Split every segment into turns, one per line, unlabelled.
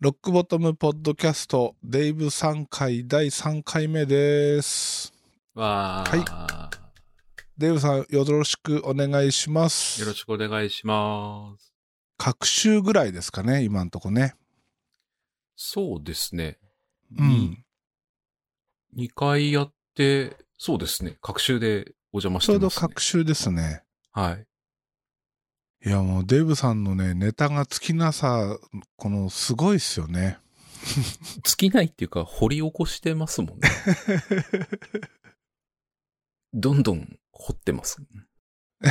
ロックボトムポッドキャスト、デイブ3回、第3回目です。
わー
デイブさん、よろしくお願いします。
よろしくお願いします。
各週ぐらいですかね、今んとこね。
そうですね。
うん。
2回やって、そうですね。各週でお邪魔し
ちょ
て
うど
ます、ね。
各週ですね。
はい。
いや、もうデイブさんのね、ネタが尽きなさ、この、すごいっすよね。
尽きないっていうか、掘り起こしてますもん ね。どんどん掘ってます。
今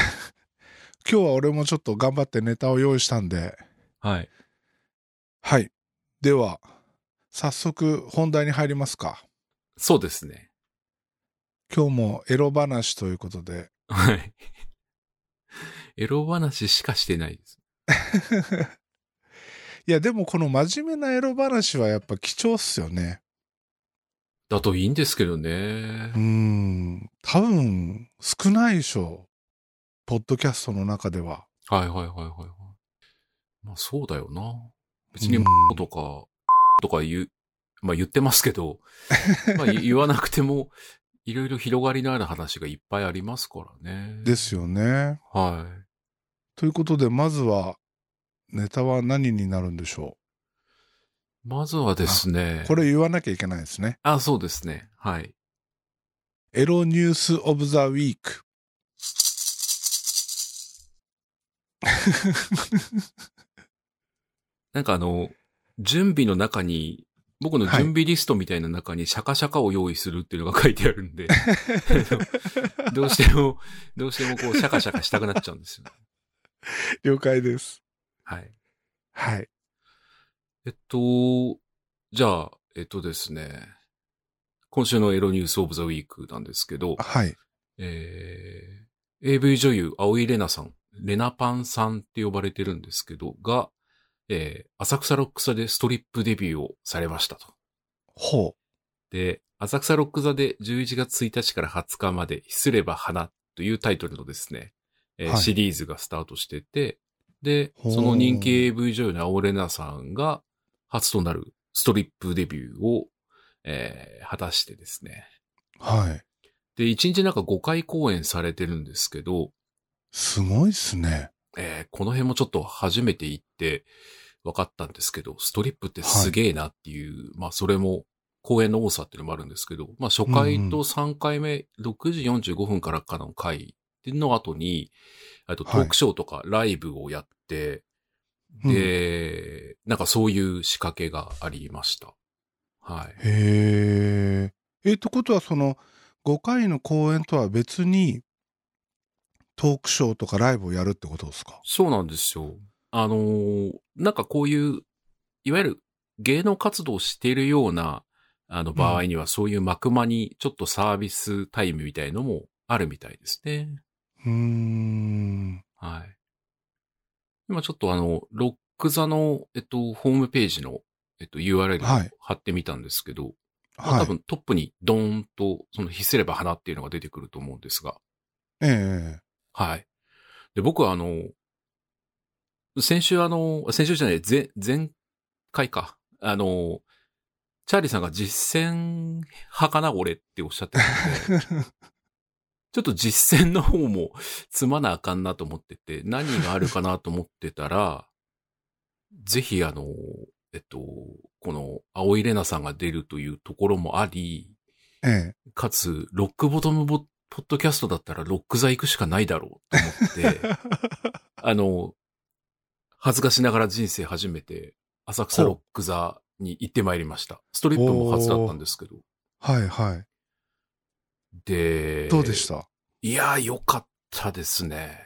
日は俺もちょっと頑張ってネタを用意したんで、
はい。
はい。では、早速本題に入りますか。
そうですね。
今日もエロ話ということで、
はい。エロ話しかしてないです。
いや、でもこの真面目なエロ話はやっぱ貴重っすよね。
だといいんですけどね
うー。ん。多分、少ないでしょう。ポッドキャストの中では。
はいはいはいはいはい。まあそうだよな。別
う
に
ん、
とか、 とか言う、まあ言ってます けど、まあ言言わなくても、いろいろ広がりのある話がいっぱいありますからね。
ですよね。
はい。
ということで、まずは、ネタは何になるんでしょ
まずはですね
う。。これ言わなきゃいけないですね。
あ、そうですね。はい。
エロニュースオブザウィーク。
なんかあの、準備の中に、僕の準備リストみたいな中にシャカシャカを用意するっていうのが書いてあるんで、どうしても、どうしてもこうシャカシャカしたくなっちゃうんですよ。
了解です。
はい。
はい。
えっと、じゃあ、えっとですね、今週のエロニュースオブザウィークなんですけど、
はい。
えー、AV 女優、青井玲奈さん、レナパンさんって呼ばれてるんですけど、が、えー、浅草ロック座でストリップデビューをされましたと。
ほ
で、浅草ロック座で11月1日から20日まで、ひすれば花というタイトルのですね、えー
はい
シリーズがスタートしてて、で、
ほう
その人気 AV 女優の青レナさんが、初となるストリップデビューを、えー果たしてですね。
う。はい。
で、1日なんか5回公演されてるんですけど、
すごいっすね。
えーこの辺もちょっと初めて行って分かったんですけど、ストリップってすげえなっていう、まあそれも公演の多さっていうのもあるんですけど、まあ初回と3回目、6時45分からかの回っていうの後に、あとト
はい
ークショーとかライブをやって、
うん
で、なんかそういう仕掛けがありました。はい。
へえ。え、ってことはその5回の公演とは別にトークショーとかライブをやるってことですか
そうなんですよ。あのーなんかこういう、いわゆる芸能活動をしているような、あの場合には、そういう幕間にちょっとサービスタイムみたいのもあるみたいですね。
うーん。
はい。今ちょっとあの、ロック座の、えっと、ホームページの、えっと、URL を
はい
貼ってみたんですけど、まあ
は
多
い。
分トップにドーンと、その、ひすれば花っていうのが出てくると思うんですが、
ええ
はい。で、僕はあの、先週あの、先週じゃない、前、前回か。あの、チャーリーさんが実践派かな、俺っておっしゃってたんで、ちょっと実践の方もつまなあかんなと思ってて、何があるかなと思ってたら、ぜひあの、えっと、この、青井玲奈さんが出るというところもあり、
ええ
かつ、ロックボトムボポッドキャストだったらロック座行くしかないだろうと思って、 あの、恥ずかしながら人生初めて浅草ロック座に行ってまいりました。ストリップも初だったんですけど。
はいはい。
で、
どうでした、
いやー、よかったですね。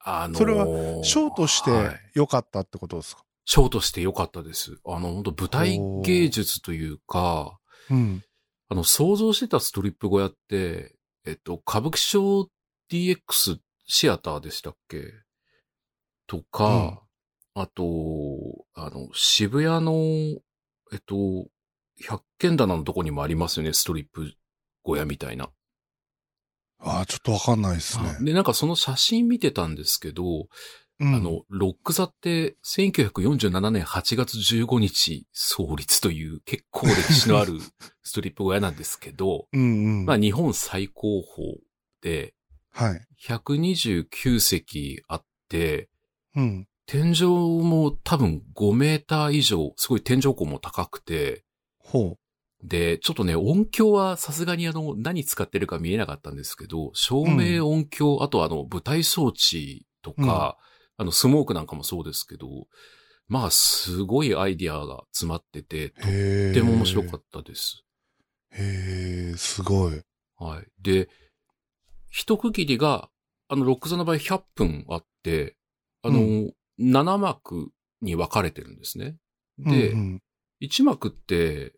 あのー
それはショーとして
はい
良かったってことですか、
ショーとしてよかったです。あの、本当舞台芸術というか、
うん。
あの、想像してたストリップ小屋って、えっと、歌舞伎町 DX シアターでしたっけとか、あと、あの、渋谷の、えっと、百軒棚のとこにもありますよね、ストリップ小屋みたいな。
ああ、ちょっとわかんないですね。
で、なんかその写真見てたんですけど、
うん
あの、ロック座って1947年8月15日創立という結構歴史の あるストリップ小屋なんですけど、
うんうん。
まあ日本最高峰で
はい。
129席あって、
うん。
天井も多分5メーター以上、すごい天井高も高くて、
ほ
で、ちょっとね、音響はさすがにあの、何使ってるか見えなかったんですけど、照明、音響、あとあの、舞台装置とか、あの、スモークなんかもそうですけど、まあ、すごいアイディアが詰まってて、
う。へえ。
とても面白かったです。
た。へえ、すごい。
はい。で、一区切りが、あの、ロック座の場合100分あって、あの、
う
7幕に分かれてるんですね。で、
うんうん
1幕って、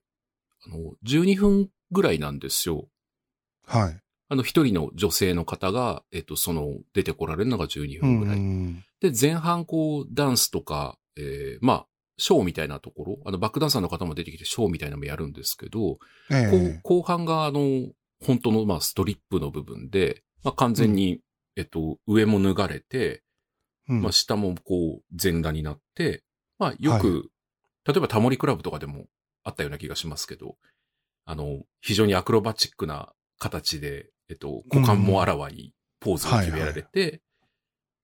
あの、12分ぐらいなんですよ。
はい。
あの、一人の女性の方が、えっと、その、出てこられるのが12
う
分
ん
ぐ
う
らい。
ん。
で、前半、こう、ダンスとか、えーまあ、ショーみたいなところ、あの、バックダンサーの方も出てきて、ショーみたいなのもやるんですけど、
え
こう
え。
後半が、あの、本当の、まあ、ストリップの部分で、まあ、完全に、えっと、上も脱がれて、
うん
まあ、下も、こう、全裸になって、まあ、よく、例えば、タモリクラブとかでもあったような気がしますけど、あの、非常にアクロバチックな形で、えっと、股間もあらわにポーズを決められて、っ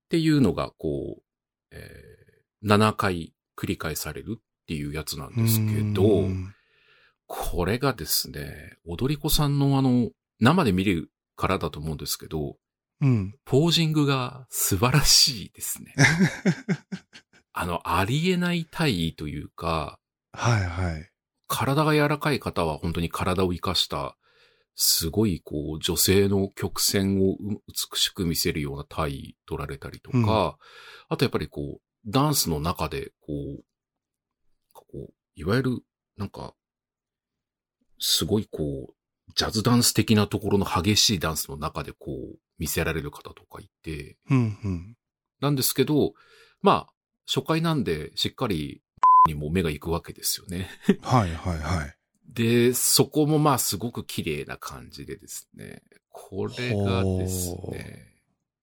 ていうのが、こう、えー7回繰り返されるっていうやつなんですけど、
うん
これがですね、踊り子さんのあの、生で見るからだと思うんですけど、
うん。
ポージングが素晴らしいですね。あの、ありえない体位というか、
はいはい。
体が柔らかい方は本当に体を生かした、すごいこう、女性の曲線をう美しく見せるような体位取られたりとか、
うん
あとやっぱりこう、ダンスの中でこう、こういわゆる、なんか、すごいこう、ジャズダンス的なところの激しいダンスの中でこう、見せられる方とかいて、
うんうん。
なんですけど、まあ、初回なんで、しっかり、にも目が行くわけですよね。
はいはいはい。
で、そこもまあすごく綺麗な感じでですね。これがです
ほう
ね、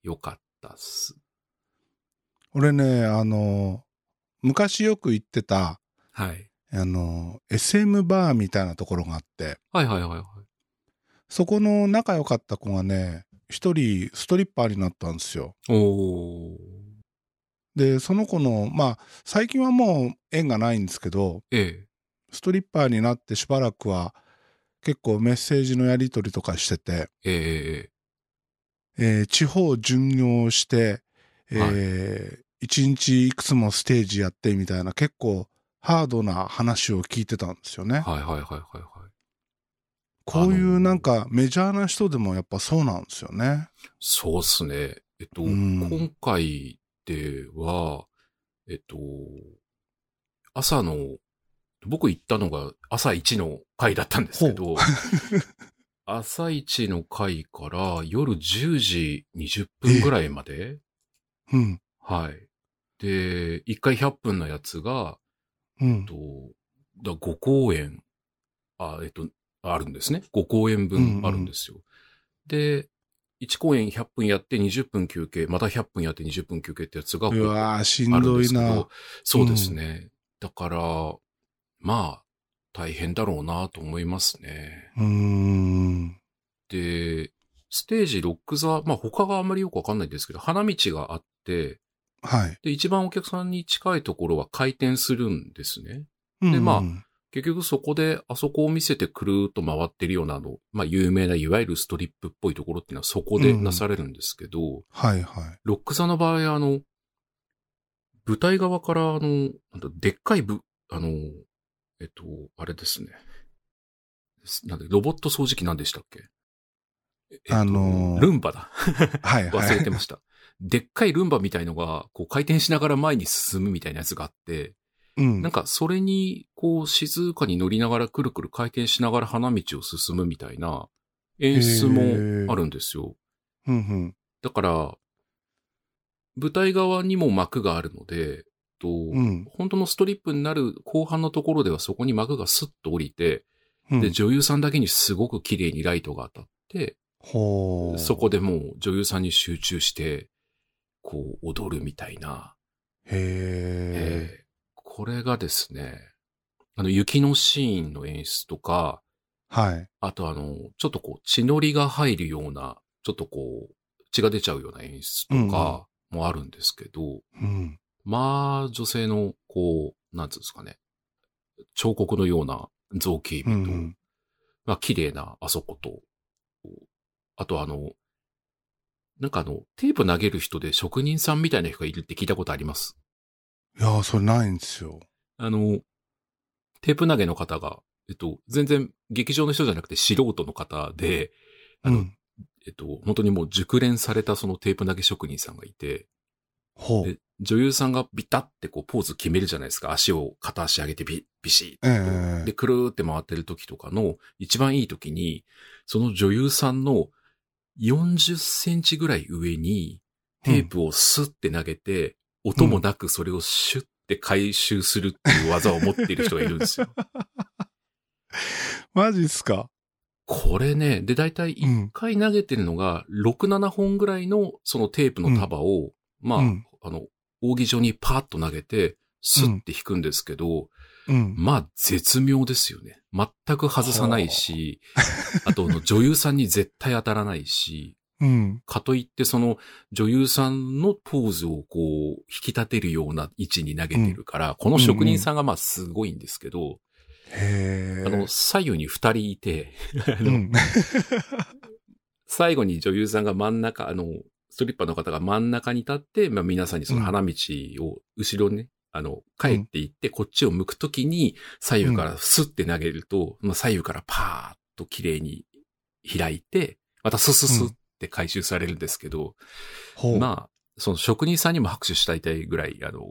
良かったっす。
俺ね、あの、昔よく行ってた、
はい。
あの、SM バーみたいなところがあって、
はいはいはいはい。
そこの仲良かった子がね、一人ストリッパーになったんですよ。
おー。
で、その子の、まあ、最近はもう縁がないんですけど、
ええ。
ストリッパーになってしばらくは結構メッセージのやり取りとかしてて、
えええ
えー地方巡業して、えー一日いくつもステージやってみたいな結構ハードな話を聞いてたんですよ
え。
ね。
はいはいはいはいはい。
こういうなんかメジャーな人でもやっぱそうなんですよね。
そうっすね。えっと、
うん
今回では、えっと、朝の、僕行ったのが朝一の回だったんですけど、 朝一の回から夜10時20分ぐらいまで、
うん。
はい。で、1回100分のやつが、
うん
えっ。と、だ5公演、あ、えっと、あるんですね。5公演分あるんですよ。で、1公演100分やって20分休憩、また100分やって20分休憩ってやつが
うわーし
あ
ん
るん
ど
で
い
すけど、
な。
そうですね。だから、まあ、大変だろうなと思いますね。
うーん。
で、ステージ、ロック座、まあ他があんまりよくわかんないんですけど、花道があって、
はい。
で、一番お客さんに近いところは回転するんですね。
うん
でまあ
うん
結局そこであそこを見せてくるっと回ってるようなあの、まあ有名ないわゆるストリップっぽいところっていうのはそこでなされるんですけど、
はいはい。
ロック座の場合あの、舞台側からあの、なんだでっかいぶ、あの、えっと、あれですね。すなんで、ロボット掃除機何でしたっけええっと
あのー
ルンバ だ。
はいはい。
忘れてました。でっかいルンバみたいのが、こう回転しながら前に進むみたいなやつがあって、
うん
なんかそれに、こう静かに乗りながらくるくる回転しながら花道を進むみたいな演出もあるんですよ。
うんうん。
だから、舞台側にも幕があるので、と
うん
本当のストリップになる後半のところではそこに幕がスッと降りて、
うん
で、女優さんだけにすごく綺麗にライトが当たって、
ほう。
そこでもう女優さんに集中して、こう踊るみたいな、
へえ。
えーこれがですね、あの雪のシーンの演出とか、
はい。
あとあの、ちょっとこう血のりが入るような、ちょっとこう血が出ちゃうような演出とかもあるんですけど、
うん。
まあ女性のこう、なんつうんですかね、彫刻のような造形
う
美と、
んうん。
まあ、綺麗なあそこと、あとあの、なんかあの、テープ投げる人で職人さんみたいな人がいるって聞いたことあります。
いやー、それないんですよ。
あの、テープ投げの方が、えっと、全然劇場の人じゃなくて素人の方で、あ
う
の、
ん。
えっと、本当にもう熟練されたそのテープ投げ職人さんがいて、
ほう。
で女優さんがビタってこうポーズ決めるじゃないですか。足を片足上げてビビシッ
ええ
で、くるーって回ってる時とかの、一番いい時に、その女優さんの40センチぐらい上に、テープをスッて投げて、音もなくそれをシュッて回収するっていう技を持っている人がいるんですよ。
マジっすか
これね、で、だいたい
うん
1回投げてるのが、6、7本ぐらいのそのテープの束を、まあ、
うん
あの、扇状にパーッと投げて、スッて引くんですけど、
うん。
まあ、絶妙ですよね。全く外さないし、あと、あの女優さんに絶対当たらないし、
うん。
かといって、その女優さんのポーズをこう、引き立てるような位置に投げてるから、この職人さんがまあ、すごいんですけど、
へえ。
あの、左右に二人いて、あ
う
の
ん。
最後に女優さんが真ん中、あの、ストリッパーの方が真ん中に立って、まあ、皆さんにその花道を後ろにね、あの、帰っていって、こっちを向くときに、左右からスッて投げると、まあ、左右からパーッと綺麗に開いて、またスススって回収されるんですけど、
ほう。
まあ、その職人さんにも拍手したいたいぐらい、あの、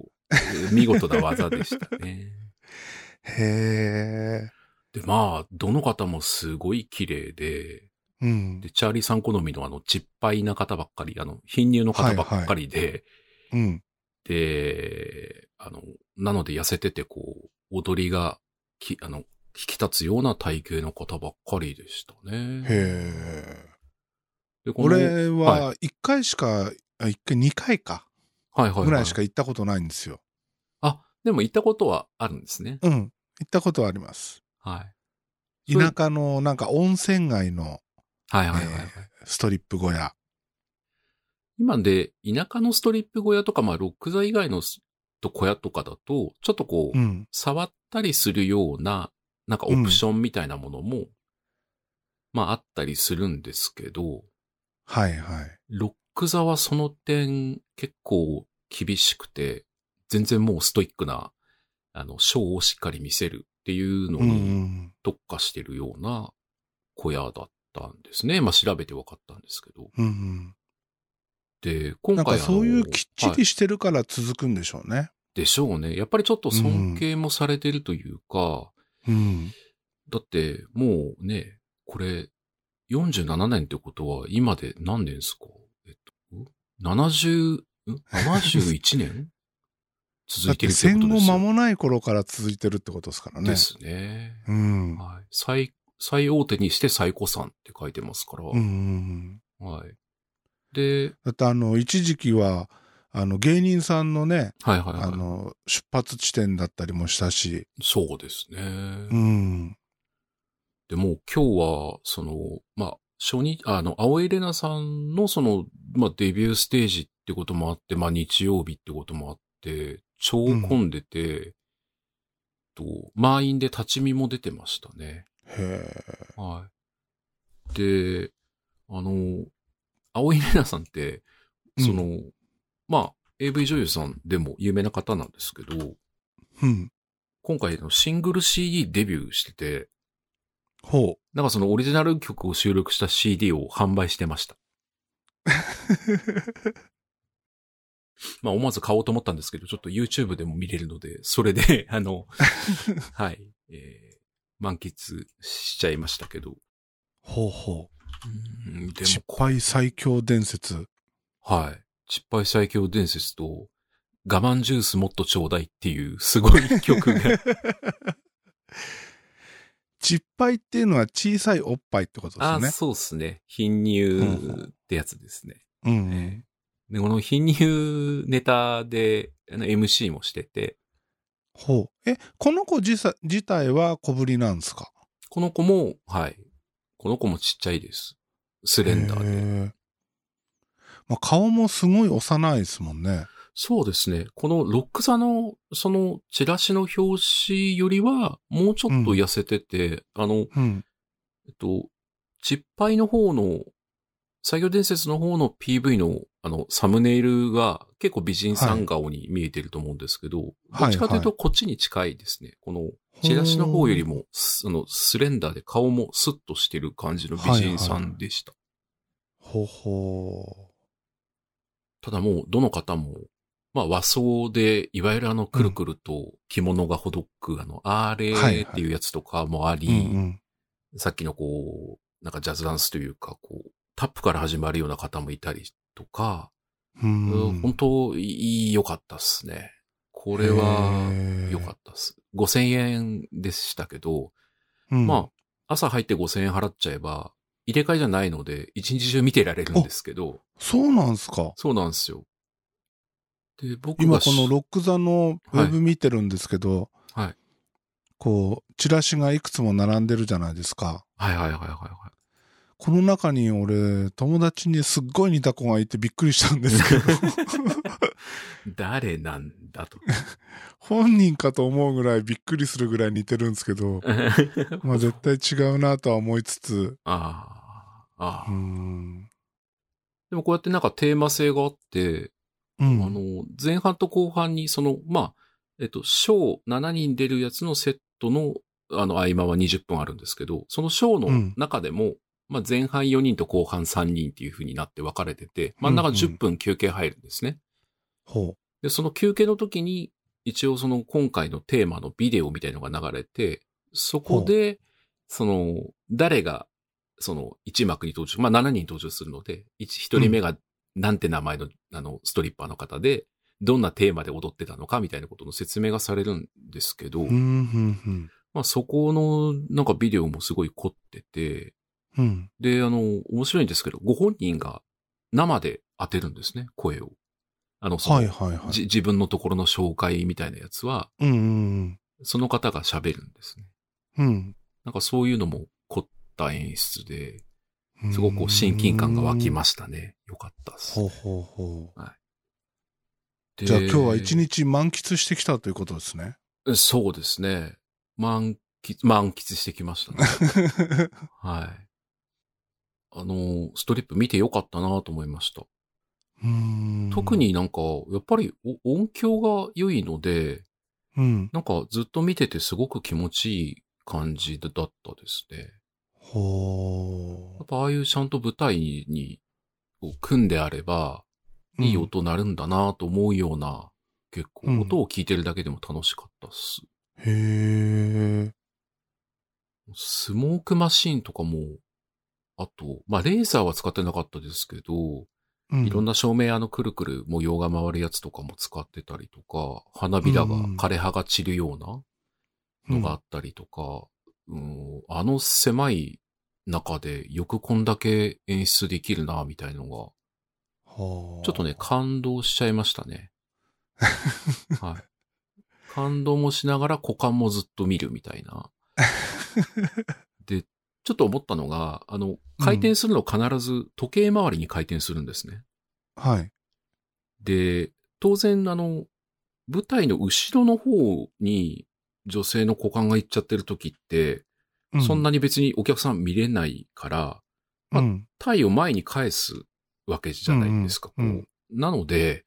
見事な技でしたね。
へえ。
で、まあ、どの方もすごい綺麗で、
うん
で、。チャーリーさん好みのあの、ちっぱいな方ばっかり、あの、貧乳の方ばっかりで、
うん。
で、あの、なので痩せてて、こう、踊りが、き、あの、引き立つような体型の方ばっかりでした
へ
ね。
え。
で、このはい
俺は1回しか、あ1回、2回か、
はいはい。
ぐらいしか行ったことないんですよ。
あ、でも行ったことはあるんですね。
うん。行ったことはあります。
はい。それ
田舎のなんか温泉街の
はいはいはいはい。
ストリップ小屋。
今で、田舎のストリップ小屋とか、まあ、ロック座以外のすと小屋とかだと、ちょっとこう、
うん。
触ったりするような、なんかオプションみたいなものも、まああったりするんですけど、
はいはい。
ロック座はその点結構厳しくて、全然もうストイックな、あの、ショーをしっかり見せるっていうの
うんう
に
ん。
特化してるような小屋だったんですね。まあ調べて分かったんですけど。
うん
で、
う
今
ん、なん
回
か
あの
そういうきっち
はい
りしてるから続くんでしょうね。
でしょうね。やっぱりちょっと尊敬もされてるというか、
うん。
だって、もうね、これ、47年ってことは、今で何年ですかえっと、70、ん ?71 年続
だっ
い
て
てるってこ
戦
とで
後
すよ
間もない頃から続いてるってことですからね
で。すね。
うん。うん
はい。最、最大手にして最古産って書いてますから。
うんうん。
はい。で、
だってあの、一時期は、あの、芸人さんのね、
はいはい
あ
はい。
の、出発地点だったりもしたし、
そうですね。
うん。
でもう今日は、その、まあ、初日、あの、青井玲奈さんのその、まあ、デビューステージってこともあって、まあ、日曜日ってこともあって、超混んでて、と、満員で立ち見も出てましたね。
へ
はい。で、あの、青井玲奈さんって、
うん
その、まあ、AV 女優さんでも有名な方なんですけど、
え。うん。
今回のシングル CD デビューしてて、
ほ
なんかそのオリジナル曲を収録した CD を販売してま した。まあ思わず買おうと思ったんですけど、ちょっと YouTube でも見れるので、それで、 あの、はい、えー満喫しちゃいましたけど。
う。ほうほ
うんで
う。失
も、
敗最強伝説。
はい。失敗最強伝説と、我慢ジュースもっとちょうだいっていうすごい曲が、
失敗っていうのは小さいおっぱいってことです
あ
よ
ー
ね。
そうですね。貧乳ってやつですね。
うん。
で、この貧乳ネタで、あの MC もしてて、
ほう。え、この子自さ自体は小ぶりなんですか
この子も、はい。この子もちっちゃいです。スレンダーで。
で。まあ、顔もすごい幼いですもんね。
そうですね。このロック座の、その、チラシの表紙よりは、もうちょっと痩せてて、あの、
うん。
えっと、チッパイの方の、作業伝説の方の PV の、あの、サムネイルが結構美人さん顔に見えてると思うんですけど、
はい
どっちかというとこっちに近いですね。この、チラシの方よりも、すあの、スレンダーで顔もスッとしてる感じの美人さんでした。
ほうほ
ただもう、どの方も、まあ和装で、いわゆるあの、くるくると着物がほどく、あの、アーレ
はい
ー
はい
っていうやつとかもあ
う。
り、
うんうん。
さっきのこう、なんかジャズダンスというか、こう、タップから始まるような方もいたりとか、
うん
うん本当いい、良かったっすね。これは、良かったっす。5000円でしたけど、
た。うん
まあ、朝入って5000円払っちゃえば、入れ替えじゃないので、一日中見てられるんですけど、
そうなんですか。
そうなんですよ。で、僕
今
が
このロック座のウェブ見てるんですけど、
はいはい
こう、チラシがいくつも並んでるじゃないですか。
はいはいはいはいはい。
この中に俺、友達にすっごい似た子がいてびっくりしたんですけど、
誰なん だと。
本人かと思うぐらいびっくりするぐらい似てるんですけど、まあ絶対違うなとは思いつつ、
ああ、あ
う
あ。
ん。
でもこうやってなんかテーマ性があって、
う
あ
ん。
の、前半と後半に、その、まあ、えっと、ショー7人出るやつのセットの、あの、合間は20分あるんですけど、そのショー
うん
の中でも、まあ、前半4人と後半3人っていう風になって分かれてて、真ん中
うんうん
10分休憩入るんですね。
ほ
で、その休憩の時に、一応その今回のテーマのビデオみたいのが流れて、そこで、その、誰が、その、一幕に登場、まあ、7人登場するので、一一人目が、なんて名前の、あの、ストリッパーの方で、どんなテーマで踊ってたのかみたいなことの説明がされるんですけど、
う。うん、うん、
まあ、そこの、なんかビデオもすごい凝ってて、
うん。うん。
で、あの、面白いんですけど、ご本人が生で当てるんですね、声を。あの、その
はいはいは
じ
い。
自分のところの紹介みたいなやつは、
うん、うん、
その方が喋るんですね。
うん。
なんかそういうのも凝った演出で、
うん。
すごくこう親近感が湧きま
し
したね。よかったっす
ほう。ほうほう。
で
じゃあ今日は一日満喫してきたということですね。
そうですね。満喫、満喫してきましたね。 はい。あの、ストリップ見てよかったなと思いました。
うん
特、になんか、やっぱりお音響が良いので、
うん。
なんかずっと見ててすごく気持ちいい感じだったですね。
ほ
やっぱああいうちゃんと舞台にこう組んであれば、
う。
いい音鳴るんだなと思うような、結構音を聞いてるだけでも楽しかったっす。
うん。へえ。
スモークマシーンとかも、あと、まあ、レーザーは使ってなかったですけど、
うん
いろんな照明あのくるくる模様が回るやつとかも使ってたりとか、花びらが
うんうん、
枯れ葉が散るようなのがあったりとか、うんあの狭い中でよくこんだけ演出できるな、みたいのが、
はあ
ちょっとね、感動しちゃいましたね。はい。感動もしながら股間もずっと見るみたいな。で、ちょっと思ったのが、あの、回転するの必ず時計回りに回転するんですね。
はい。
で、当然、あの、舞台の後ろの方に女性の股間が行っちゃってる時って、
う
そんなに別にお客さん見れないから、まあ
うん
体を前に返すわけじゃないですか。
うんうん
こうなので、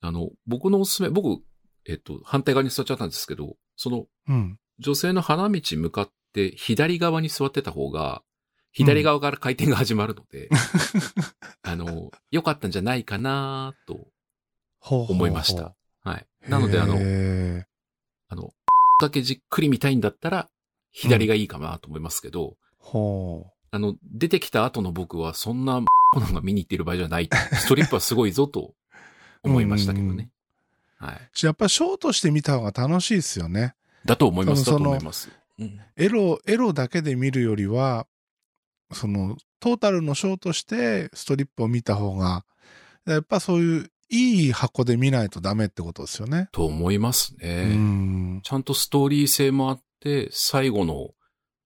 あの、僕のおすすめ、僕、えっと、反対側に座っちゃったんですけど、その
うん。
女性の花道向かって左側に座ってた方が、左側から回転が始まるので、 あの、良かったんじゃないかなと
ほうほうほう
思いました。。はい。なので、あの、
へえ
あの、だけじっくり見たいんだったら、左がいいかなと思いますけど、
ほ
あの、出てきた後の僕はそんな、 このが見に行ってる場合じゃない。ストリップはすごいぞ と思いましたけどね。はい。
う。やっぱショーとして見た方が楽しいですよね。
だと思います。だ
その
と思います。うん
エロ、エロだけで見るよりは、その、トータルのショーとしてストリップを見た方が、やっぱそういういい箱で見ないとダメってことですよね。
と思います
う
ね。
ん。
ちゃんとストーリー性もあって、最後の、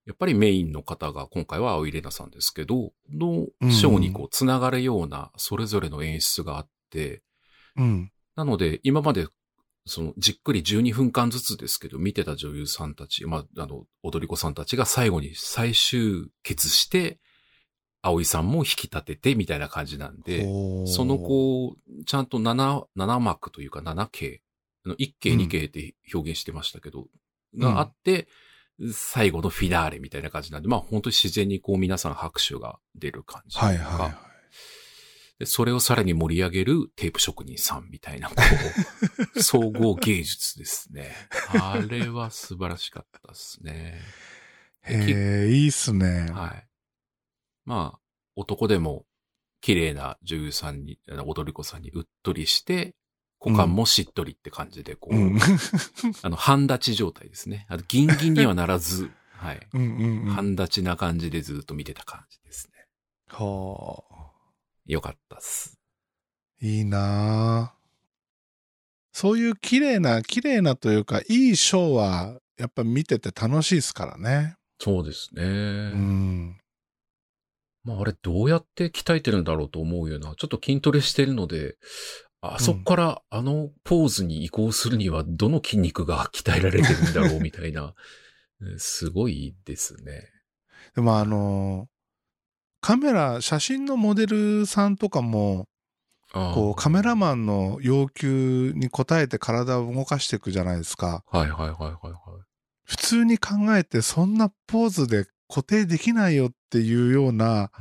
やっぱりメインの方が、今回は青井玲奈さんですけど、の章にこう、つながるような、それぞれの演出があって、
うん。
なので、今まで、その、じっくり12分間ずつですけど、見てた女優さんたち、まあ、あの、踊り子さんたちが最後に最終決して、葵さんも引き立てて、みたいな感じなんで、
ほう
その、こう、ちゃんと7、7幕というか7系、あの1系
うん
2系って表現してましたけど、があって、最後のフィナーレみたいな感じなんで、まあ本当に自然にこう皆さん拍手が出る感じと
はいいう
か。
はいはい。
でそれをさらに盛り上げるテープ職人さんみたいな、こう、総合芸術ですね。あれは素晴らしかったですね。
へえ、いいっすね。
はい。まあ、男でも綺麗な女優さんに、あの踊り子さんにうっとりして、股間もしっとりって感じで、こう、
うん。
あの、半立ち状態ですね。あの、ギンギンにはならず、 はい。
うんうんうん。
半立ちな感じでずっと見てた感じですね。
はあ。
よかったっす。
いいなあそういう綺麗な、綺麗なというか、いいショーは、やっぱ見てて楽しいですからね。
そうですね。
うん。
まあ、あれどうやって鍛えてるんだろうと思うような、ちょっと筋トレしてるので、あそこからあのポーズに移行するにはどの筋肉が鍛えられてるんだろうみたいな、 うんすごいですね。
でもあの、カメラ、写真のモデルさんとかも、
ああ
こう、カメラマンの要求に応えて体を動かしていくじゃないですか。
はいはいはいはいはい。
普通に考えて、そんなポーズで固定できないよっていうような、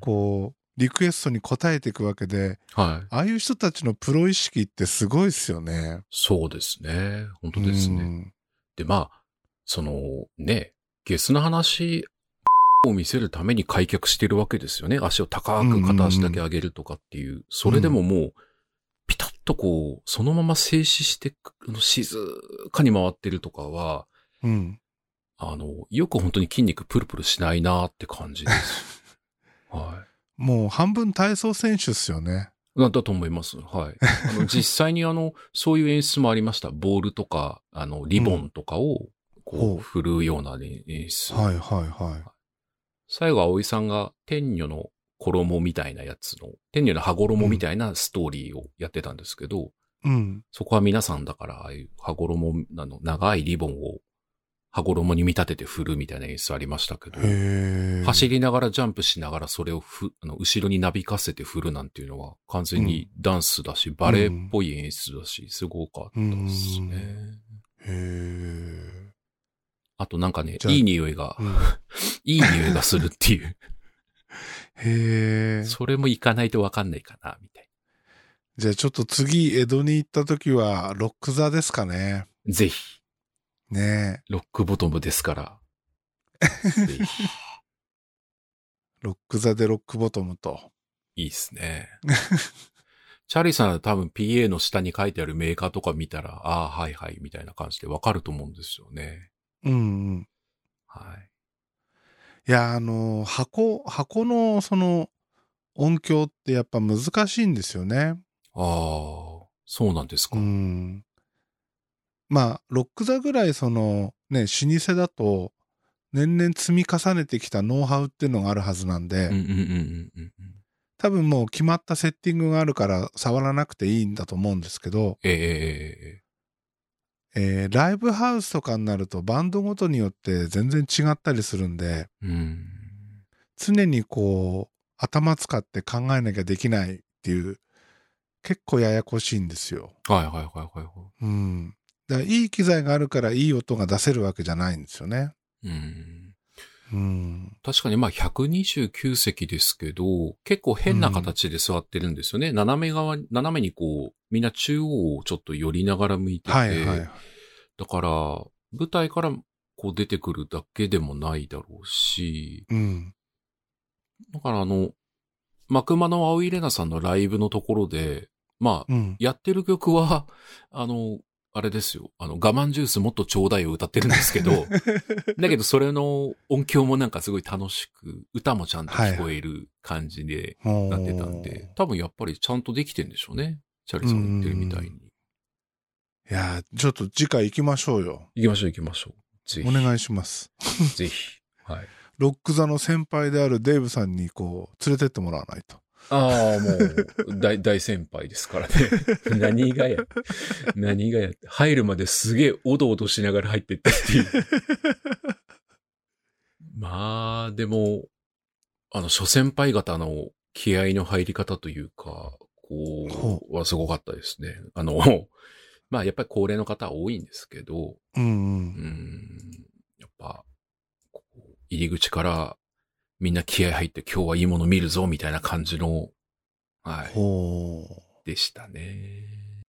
こう、リクエストに応えていくわけで、
はい。
ああいう人たちのプロ意識ってすごいですよね。
そうですね。本当ですね。
うん
で、まあ、そのね、ゲスの話を見せるために開脚してるわけですよね。足を高く片足だけ上げるとかっていう。それでももう、ピタッとこう、そのまま静止してく、あの静かに回ってるとかは、
うん。
あの、よく本当に筋肉プルプルしないなって感じです。 はい。
もう半分体操選手っすよね。
だだと思います。はい。あ の実際にあの、そういう演出もありました。ボールとか、あの、リボンとかを、
ほ
こ
う
う、振るうようなね演出。
はいはいは
最後、葵さんが天女の衣みたいなやつの、天女の羽衣みたいなストーリーをやってたんですけど、
い。うん。
そこは皆さんだから、ああいう羽衣、あの、長いリボンを羽衣に見立てて振るみたいな演出ありましたけど、
へえ。
走りながらジャンプしながらそれをふ、あの、後ろになびかせて振るなんていうのは完全にダンスだし、バレエっぽい演出だし、すごかったですね。
へえ。
あとなんかね、
じゃあ
いい匂いが、
うん
いい匂いがするっていう。
へえ。
それも行かないとわかんないかな、みたい
じゃあちょっと次、江戸に行った時は、ロック座ですかね。
な。ぜひ、
ねえ。
ロックボトムですから。ぜひ
ロック座でロックボトムと。
いいっすね。チャーリーさんは多分 PA の下に書いてあるメーカーとか見たら、ああ、はいはい、みたいな感じでわかると思うんですよね。
うんうん。
はい。
いや、あの、箱、箱のその音響ってやっぱ難しいんですよね。
ああ、そうなんですか。
うん。まあ、ロック座ぐらいその、ね、老舗だと、年々積み重ねてきたノウハウっていうのがあるはずなんで、
うんうんうんうんうんうん。
多分もう決まったセッティングがあるから触らなくていいんだと思うんですけど、
えええええ
えーライブハウスとかになるとバンドごとによって全然違ったりするんで
えうん。
常にこう頭使って考えなきゃできないっていう結構ややこしいんですよ。
はいはいはいはいは
うん、だからいい機材があるからいい音が出せるわけじゃないんですよね。
い。うん。
うん、
確かにまあ129席ですけど、結構変な形で座ってるんですよね。斜め側、斜めにこう、みんな中央をちょっと寄りながら向いてて。
はいはい。
だから、舞台からこう出てくるだけでもないだろうし、
うん、
だからあの、マクマの青井玲奈さんのライブのところで、まあ、
うん、
やってる曲は、あの、あれですよ。あの、我慢ジュースもっとちょうだいを歌ってるんですけ ど、だけどそれの音響もなんかすごい楽しく、歌もちゃんと聞こえる感じでなってたんで、多分やっぱりちゃんとできてんでしょうね。チャーリーさんが言ってるみたいに。
いやーちょっと次回行きましょうよ。
行きましょう行きましょう。ぜひ。
お願いします。
ぜひ。はい。
ロック座の先輩であるデーブさんにこう連れてってもらわないと。
ああ、もう、大、 大先輩ですからね。 何がや、何がや、入るまですげえおどおどしながら入ってったっていう。まあ、でも、あの、諸先輩方の気合の入り方というか、こ
ほ
う、はすごかったですね。あの、 まあ、やっぱり高齢の方多いんですけど、
うんう。
うんん、やっぱ、こう入り口からみんな気合入って今日はいいもの見るぞみたいな感じの、はい、
ほう。
でしたね。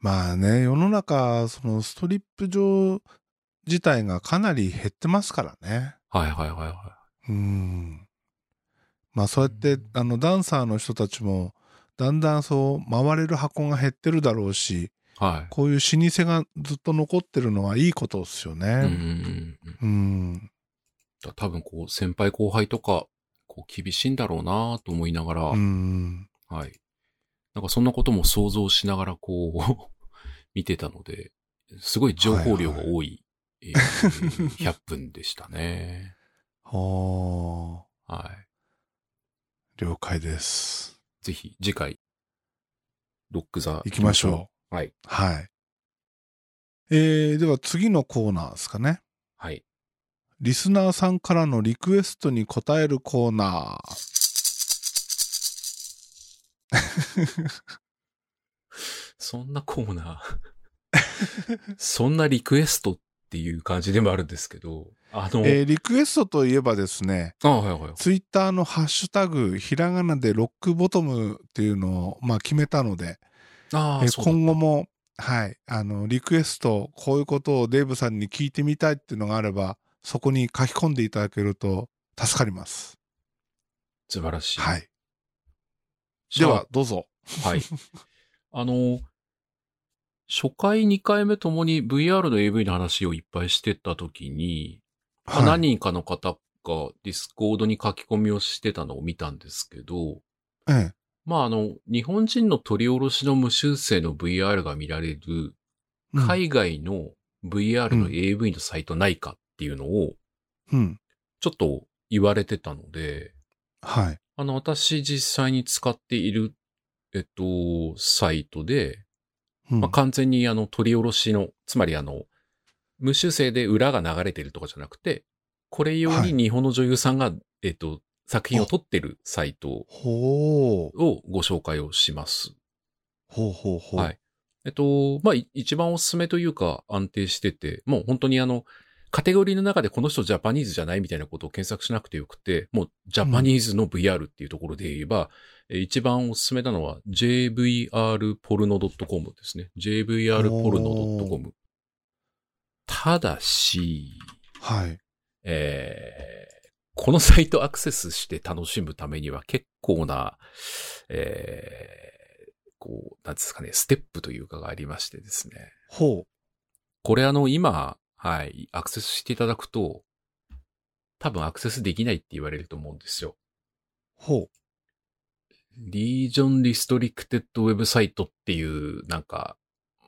まあね、世の中、そのストリップ場自体がかなり減ってますからね。
はいはいはいは
うん。まあそうやって、
うん
あの、ダンサーの人たちも、だんだんそう、回れる箱が減ってるだろうし、
い。はい。
こういう老舗がずっと残ってるのはいいことですよ
うんうん
ね。
うんうん、
うん。
だ多分こう先輩後輩とかこう厳しいんだろうなと思いながら、
うん。
はい。なんかそんなことも想像しながらこう 見てたので、すごい情報量が多い、えー100分でしたね。
ほ
はい。
う。了解です。
ぜひ次回、ロックザ
行きましょう。
はい。
はい。えー、では次のコーナーですかね。
はい。
リスナーさんからのリクエストに答えるコーナー。
そんなコーナー、 そんなリクエストっていう感じでもあるんですけど、あの、
えーリクエストといえばですね、
あはいはい。
ツイッターのハッシュタグ、ひらがなでロックボトムっていうのを、まあ、決めたので、
あ
え
あ、
ー
そうだ
今後も、はい、あの、リクエスト、こういうことをデーブさんに聞いてみたいっていうのがあれば、そこに書き込んでいただけると助かります。
素晴らしい。
はい。
じ
で
ゃあ
は、、どうぞ。
はい。あの、初回2回目ともに VR の AV の話をいっぱいしてった時に、まあ
はい
何人かの方がディスコードに書き込みをしてたのを見たんですけど、
え
まあ、あの、日本人の取り下ろしの無修正の VR が見られる、
えうん
海外の VR
う
の
ん
AV のサイトないかっていうのを、
うん。
ちょっと言われてたので、
はい。
あの、私実際に使っている、えっと、サイトで、
うん
まあ、完全にあの、取り下ろしの、つまりあの、無修正で裏が流れてるとかじゃなくて、これ用
はい
に日本の女優さんが、えっと、作品を撮ってるサイト
ほう。
をご紹介をします。
ほうほうほう。
はい。えっと、まあ、い一番おすすめというか安定してて、もう本当にあの、カテゴリーの中でこの人ジャパニーズじゃないみたいなことを検索しなくてよくて、もうジャパニーズの VR っていうところで言えば、え一番おすすめなのは jvrporno.com ですね。jvrporno.com。ただし、
はい。
えーこのサイトアクセスして楽しむためには結構な、えーこう、なんですかね、ステップというかがありましてですね。
ほう。
これあの、今、はい、アクセスしていただくと、多分アクセスできないって言われると思うんですよ。
ほ
リージョンリストリクテッドウェブサイトっていう、なんか、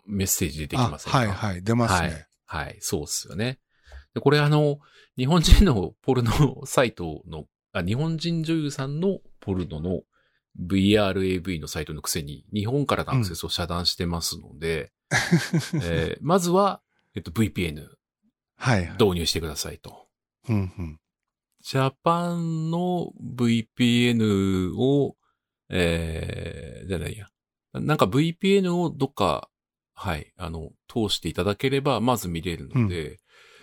メッセージ出
う。
てきませんか
はいはい。出ますね。
はい、そうっすよね。で、これあの、日本人のポルノサイトの、あ、日本人女優さんのポルノの VRAV のサイトのくせに、日本からのアクセスを遮断してますので、えーまずは、えっと、VPN
はい、はい。
導入してくださいと。
うんうん。
ジャパンの VPN を、えー、じゃないや。なんか VPN をどっか、はい、あの、通していただければ、まず見れるので、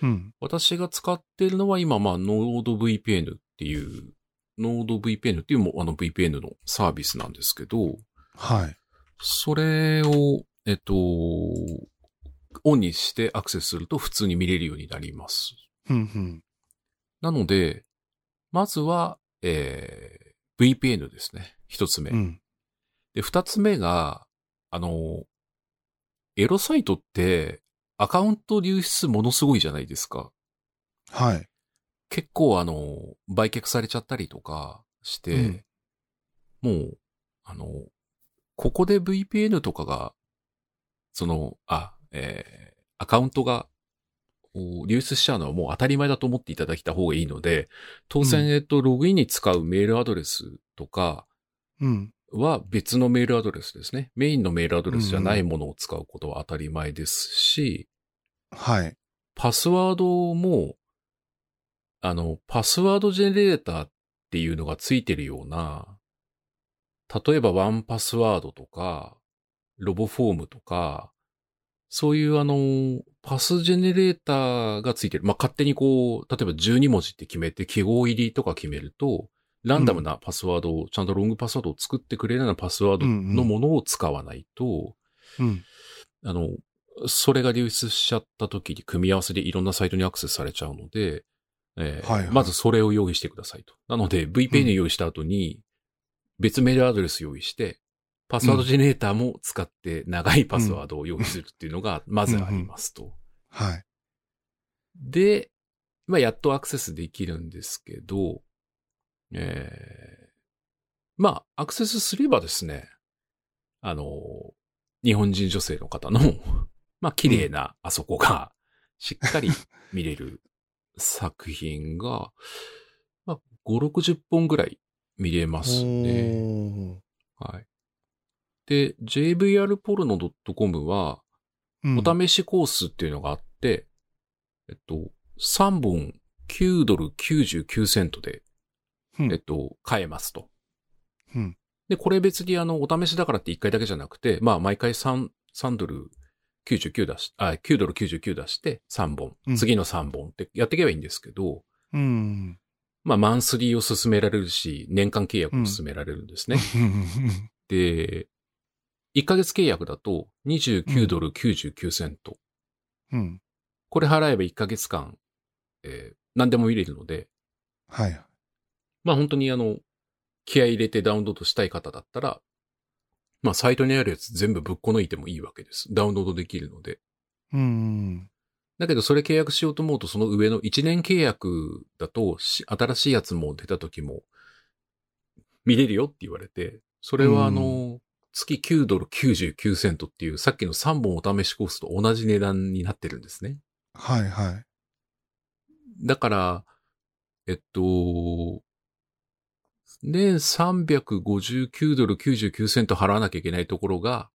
うん。
私が使っているのは今、まあ、ノード VPN っていう、ノード VPN っていうもあの VPN のサービスなんですけど、
はい。
それを、えっと、オンにしてアクセスすると普通に見れるようになります。
うんうん。
なので、まずは、えー、VPN ですね。一つ目。
うん。
で、二つ目が、あの、エロサイトって、アカウント流出ものすごいじゃないですか。
はい。
結構あの、売却されちゃったりとかして、もう、あの、ここで VPN とかが、その、あ、えーアカウントがお流出しちゃうのはもう当たり前だと思っていただいた方がいいので、当然、
う
えっと、ログインに使うメールアドレスとか
うん。
は別のメールアドレスですね。メインのメールアドレスじゃないものを使うことは当たり前ですし、
はい。
パスワードも、あの、パスワードジェネレーターっていうのがついてるような、例えばワンパスワードとか、ロボフォームとか、そういうあの、パスジェネレーターがついてる。まあ、勝手にこう、例えば12文字って決めて記号入りとか決めると、ランダムなパスワードを、ちゃんとロングパスワードを作ってくれるようなパスワードのものを使わないと、
うん。
あの、それが流出しちゃった時に組み合わせでいろんなサイトにアクセスされちゃうので、えー
はいはい
まずそれを用意してくださいと。なので VPN 用意した後に別メールアドレス用意して、パスワードジェネレーターも使って長いパスワードを用意するっていうのがまずありますと。
はい。
で、まあ、やっとアクセスできるんですけど、えーまあ、アクセスすればですね、あの、日本人女性の方の、 まあ、綺麗なあそこが、しっかり見れる作品が、まあ、5、60本ぐらい見れますね。
おー
はい。で、jvrporno.com は、
うん
お試しコースっていうのがあって、えっと、3本9ドル99セントで、
うん
えっと、買えますと。
うん
で、これ別にあの、お試しだからって1回だけじゃなくて、まあ、毎回3、3ドル99出し、あ、9ドル99出して3本
う、ん
次の3本ってやっていけばいいんですけど、
うん。
まあ、マンスリーを進められるし、年間契約も進められるんですね。で、1ヶ月契約だと29ドル99セント。
うん。
これ払えば1ヶ月間、えー何でも見れるので、
はい。
まあ本当にあの、気合い入れてダウンロードしたい方だったら、まあサイトにあるやつ全部ぶっこ抜いてもいいわけです。ダウンロードできるので。
うん。
だけどそれ契約しようと思うと、その上の1年契約だと、し新しいやつも出た時も、見れるよって言われて、それはあの、月9ドル99セントっていう、さっきの3本お試しコースと同じ値段になってるんですね。
はいはい。
だから、えっと、年359ドル99セント払わなきゃいけないところが、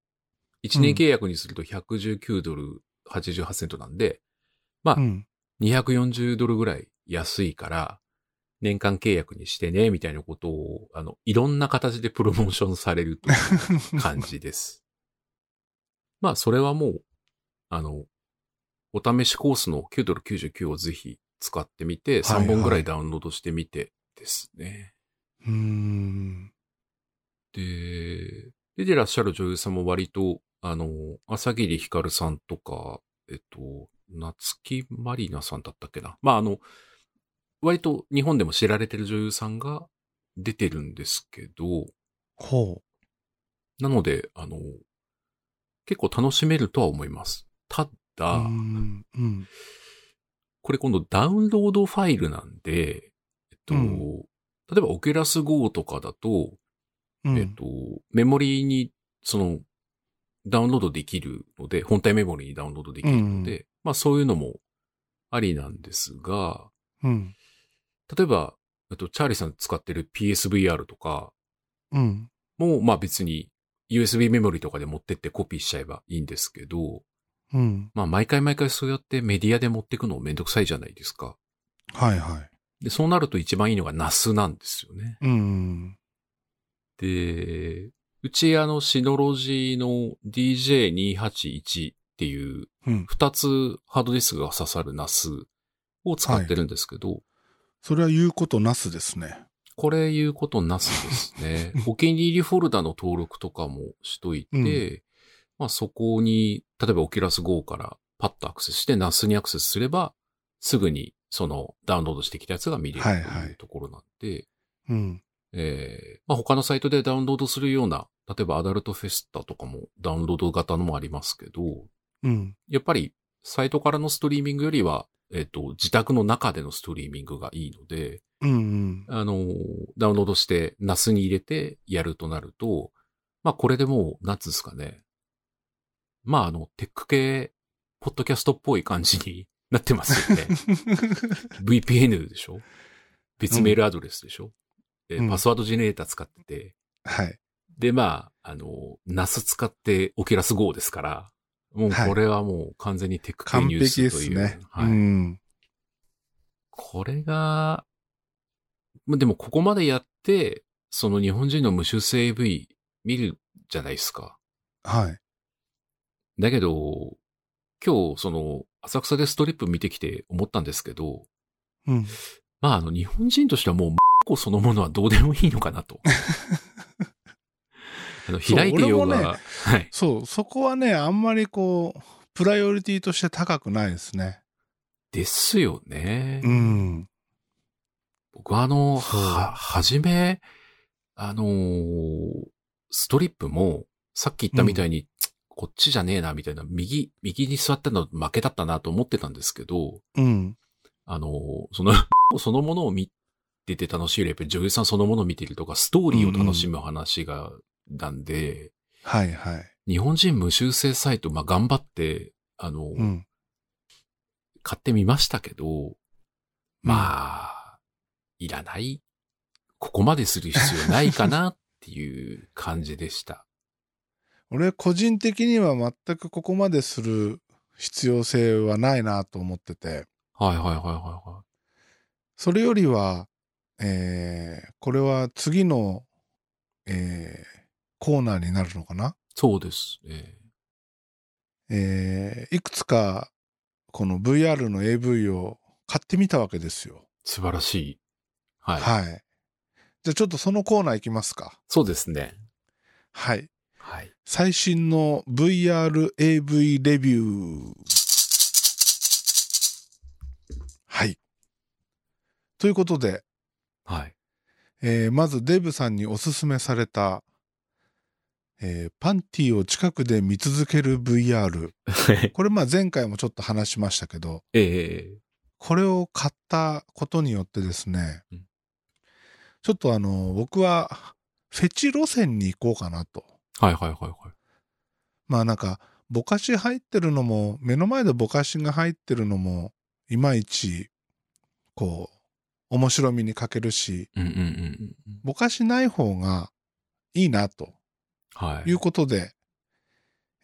1年契約にすると119ドル88セントなんで、
うん。
240ドルぐらい安いから、年間契約にしてね、みたいなことを、あの、いろんな形でプロモーションされるとい う感じです。まあ、それはもう、あの、お試しコースの9ドル99をぜひ使ってみて、
はいはい
3本ぐらいダウンロードしてみてですね。
うん。
で、出てらっしゃる女優さんも割と、あの、朝霧ひかるさんとか、えっと、夏木まりなさんだったっけな。まあ、あの、割と日本でも知られてる女優さんが出てるんですけど、
ほ
なので、あの、結構楽しめるとは思います。た
う。
だ、
うん。うん。
これ今度ダウンロードファイルなんで、えっと、
うん
例えばオケラス GO とかだと、
うん
えっと、メモリーに、その、ダウンロードできるので、本体メモリーにダウンロードできるので、まあそういうのもありなんですが、
うん。
例えば、えっと、チャーリーさん使ってる PSVR とか
うん。
も、まあ別に USB メモリーとかで持ってってコピーしちゃえばいいんですけど、
うん。
まあ毎回毎回そうやってメディアで持ってくのめんどくさいじゃないですか。
はいはい。
で、そうなると一番いいのが NAS なんですよね。
うん。
で、うちあの、シノロジーの DJ281 っていう、
うん。
二つハードディスクが刺さる NAS を使ってるんですけど、
それは言うことなすですね。
これ言うことなすですね。 お気に入りフォルダの登録とかもしといて、
うん
まあそこに、例えばオキュラス GO からパッとアクセスして NAS にアクセスすれば、すぐにそのダウンロードしてきたやつが見れると
はいはい
いうところなんで、
うん。
えーまあ、他のサイトでダウンロードするような、例えばアダルトフェスタとかもダウンロード型のもありますけど、
うん。
やっぱり、サイトからのストリーミングよりは、えっ、と、自宅の中でのストリーミングがいいので、
うん うん。
あの、ダウンロードして、ナスに入れてやるとなると、まあ、これでもう、なんつうんですかね。まあ、あの、テック系、ポッドキャストっぽい感じになってます よね。VPN でしょ別メールアドレスでしょ、
う
で、
ん
パスワードジェネレーター使ってて、
はい。
で、まあ、あの、ナス使ってオキュラス GO ですから、もう
はい
これはもう完全にテック系
完
ニュー
璧で
スとい
す
う。
ね。
はい
うん。
これが、まあでもここまでやって、その日本人の無修正 AV 見るじゃないですか。
はい。
だけど、今日その浅草でストリップ見てきて思ったんですけど、
うん。
まあ、あの、日本人としてはもう、個そのものはどうでもいいのか なと。あの、
そう
開いてよう
俺
が、
もね
はい。
そう、そこはね、あんまりこう、プライオリティとして高くないですね。
ですよね。
うん。
僕はあの、
そう
は、はじめ、あのーストリップも、さっき言ったみたいに、つこっちじゃねえな、みたいな、右、右に座ったの負けだったなと思ってたんですけど、
うん。
あのーその、 そのものを見てて楽しいより、やっぱり女優さんそのものを見てるとか、ストーリーを楽しむ話が、なんで、
はいはい。
日本人無修正サイト、まあ、頑張って、あの、
うん。
買ってみましたけど、まあ、いらない。ここまでする必要ないかなっていう感じでした。
俺、個人的には全くここまでする必要性はないなと思ってて、
はいはいはいはいは。
それよりは、えー、これは次の、えー、コーナーになるのかない
そうですね。
えー、いくつか、この VR の AV を買ってみたわけですよ。
素晴らしい。はい。
はい。じゃあちょっとそのコーナーいきますか。
そうですね。
はい。
はい。
最新の VRAV レビュー。はい。ということで、
はい。
えーまずデブさんにおすすめされた、えーパンティを近くで見続ける VR。これまあ前回もちょっと話しましたけど、
ええ
これを買ったことによってですね、
うん
ちょっとあの、僕はフェチ路線に行こうかなと。
はいはいはいはい。
まあなんか、ぼかし入ってるのも、目の前でぼかしが入ってるのも、いまいち、こう、面白みに欠けるし、
うんうんうんうんうん。
ぼかしない方がいいな、と
はいい。
うことで、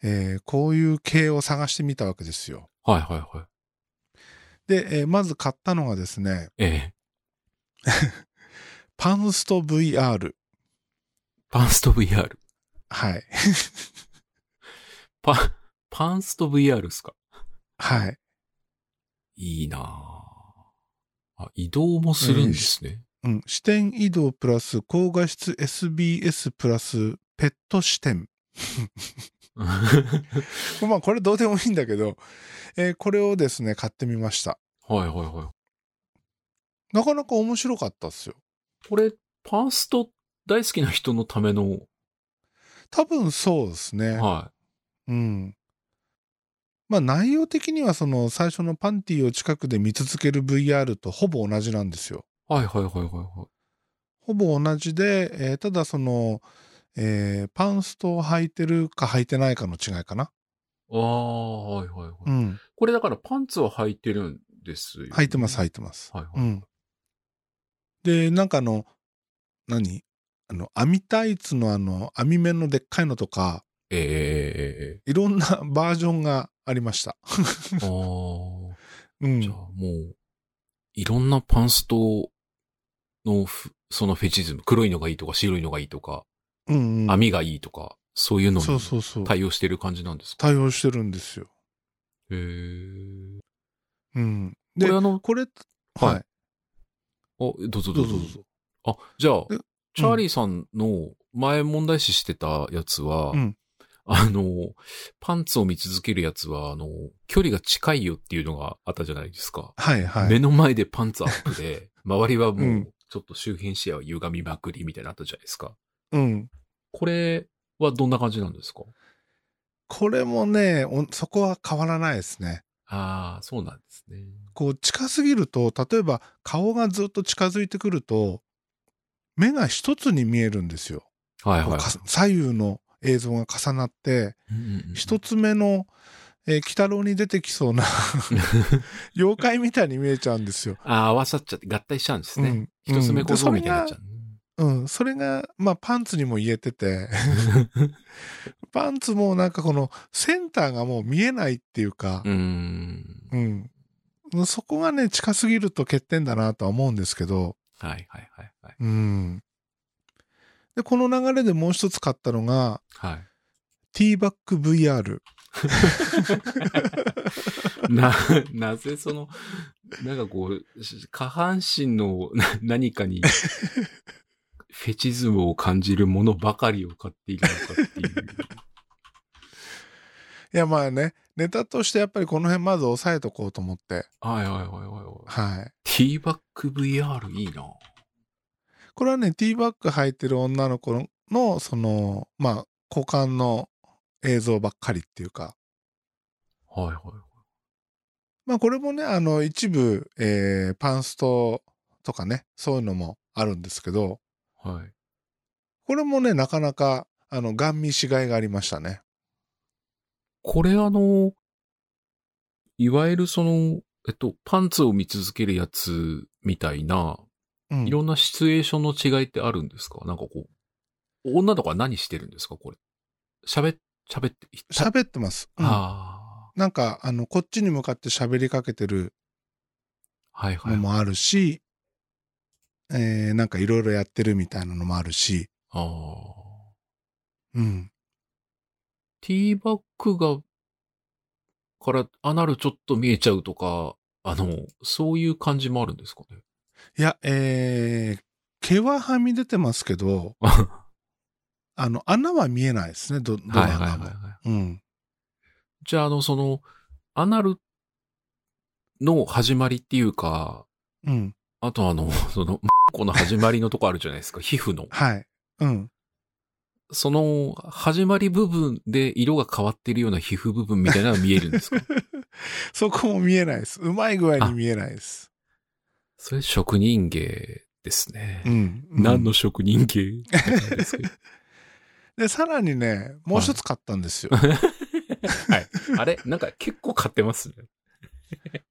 えーこういう系を探してみたわけですよ。
はいはいはい。
で、えーまず買ったのがですね、
ええ
パンスト VR。
パンスト VR。
はい。
パン、パンスト VR ですか
はい。
いいなぁあ、移動もするんですね。
うん。視点移動プラス、高画質 SBS プラス、ペット視点。
はい
まあこれどうでもいいんだけど、えーこれをですね買ってみました
はいは
なかなか面白かったっすよ
い。これ、パンスト大好きな人のための、
多分そうですね、
は
うんまあ内容的にはその最初のパンティを近くで見続ける VR とほぼ同じなんですよ
い。はいはいはいはいは。
ほぼ同じで、えーただその、えーパンストを履いてるか履いてないかの違いかない
ああ、はいはいはい。
うん
これだからパンツは履いてるんですよ、
履いてます
はい
履いてます
は
う
い。
んでなんかあの何あの網タイツのあの網目のでっかいのとか
えええええ
いろんな バージョンがありました。
えああ、
う
じゃあ
ん。
もう、いろんなパンストのふ、そのフェチズム、黒いのがいいとか白いのがいいとか、
うん、うん。
網がいいとか、そういうの
そう
に
そうそう。
対応してる感じなんですか
対応してるんですよ。
へえ。
うん。
こ
で、
れあ
こ
の、
れ、
はい
はい。
あ、どうぞ
ど
どう
うぞど。
ぞ
うぞ。
あ、じゃあ
え、
チャーリーさんの前問題視してたやつは、
うん
あの、パンツを見続けるやつは、あの、距離が近いよっていうのがあったじゃないですか。
はいは
目
い。
の前でパンツアップ で、周りはも
う、
うんちょっと周辺視野を歪みまくりみたいなのあったじゃないですか。
うん。
これはどんな感じなんですか
これもね、おそこは変わらないですね。
ああ、そうなんですね。
こう近すぎると、例えば顔がずっと近づいてくると、目が一つに見えるんですよ。
はい
こ
は
う
い。
か左右の映像が重なって、一
つ。
つ目の、えー鬼太郎に出てきそうな妖怪みたいに見えちゃうんですよ。
ああ、合わさっちゃって、合体しちゃうんですね。
うん
一つ目
うん
小
で
僧
それ
みたいになっ
が
ちゃう。
うん、それが、まあ、パンツにも言えてて、パンツもなんかこのセンターがもう見えないっていうか
う、ん。
うん、そこがね、近すぎると欠点だなとは思うんですけど、
はいはいはいはい。
うん。で、この流れでもう一つ買ったのが、
はい。
ティーバック VR。
な、なぜその、なんかこう、し下半身のな何かに、フェチズムを感じるものばかりを買っているのかっていう。
いや、まあね、ネタとしてやっぱりこの辺まず押さえとこうと思って。
はいはいはいはいはい。
はい。
ティーバック VR いいな。
これはね、ティーバッグ履いてる女の子の、のその、まあ、股間の映像ばっかりっていうか。
はいはい。
まあ、これもね、あの、一部、えーパンストとかね、そういうのもあるんですけど、
はい。
これもね、なかなか、あの、ガン見しがいがありましたね。
これあの、いわゆるその、えっと、パンツを見続けるやつみたいな、
うん
いろんなシチュエーションの違いってあるんですかなんかこう、女の子は何してるんですかこれ。喋、喋って、た
喋ってます。うん
あ
なんか、あの、こっちに向かって喋りかけてる
あ、はいはい
の。もあるし、えーなんかいろいろやってるみたいなのもあるし、
ああ。
うん。
ティーバックが、から、アナルちょっと見えちゃうとか、あの、そういう感じもあるんですかね。
いや、えー毛ははみ出てますけど、
は
あの、穴は見えないですね、ど、ど
い
の
はい
穴も。
はい、はい。
うん。
じゃあ、あの、その、アナルの始まりっていうか、
うん。
あとあの、 その、この始まりのとこあるじゃないですか、皮膚の。
はい。うん。
その、始まり部分で色が変わってるような皮膚部分みたいなのが見えるんです か
そこも見えないです。うまい具合に見えないです。
それ職人芸ですね。
うん。うん
何の職人芸なんですけど
で、さらにね、もう一つ買ったんですよ。
はい。 あれなんか結構買ってますね。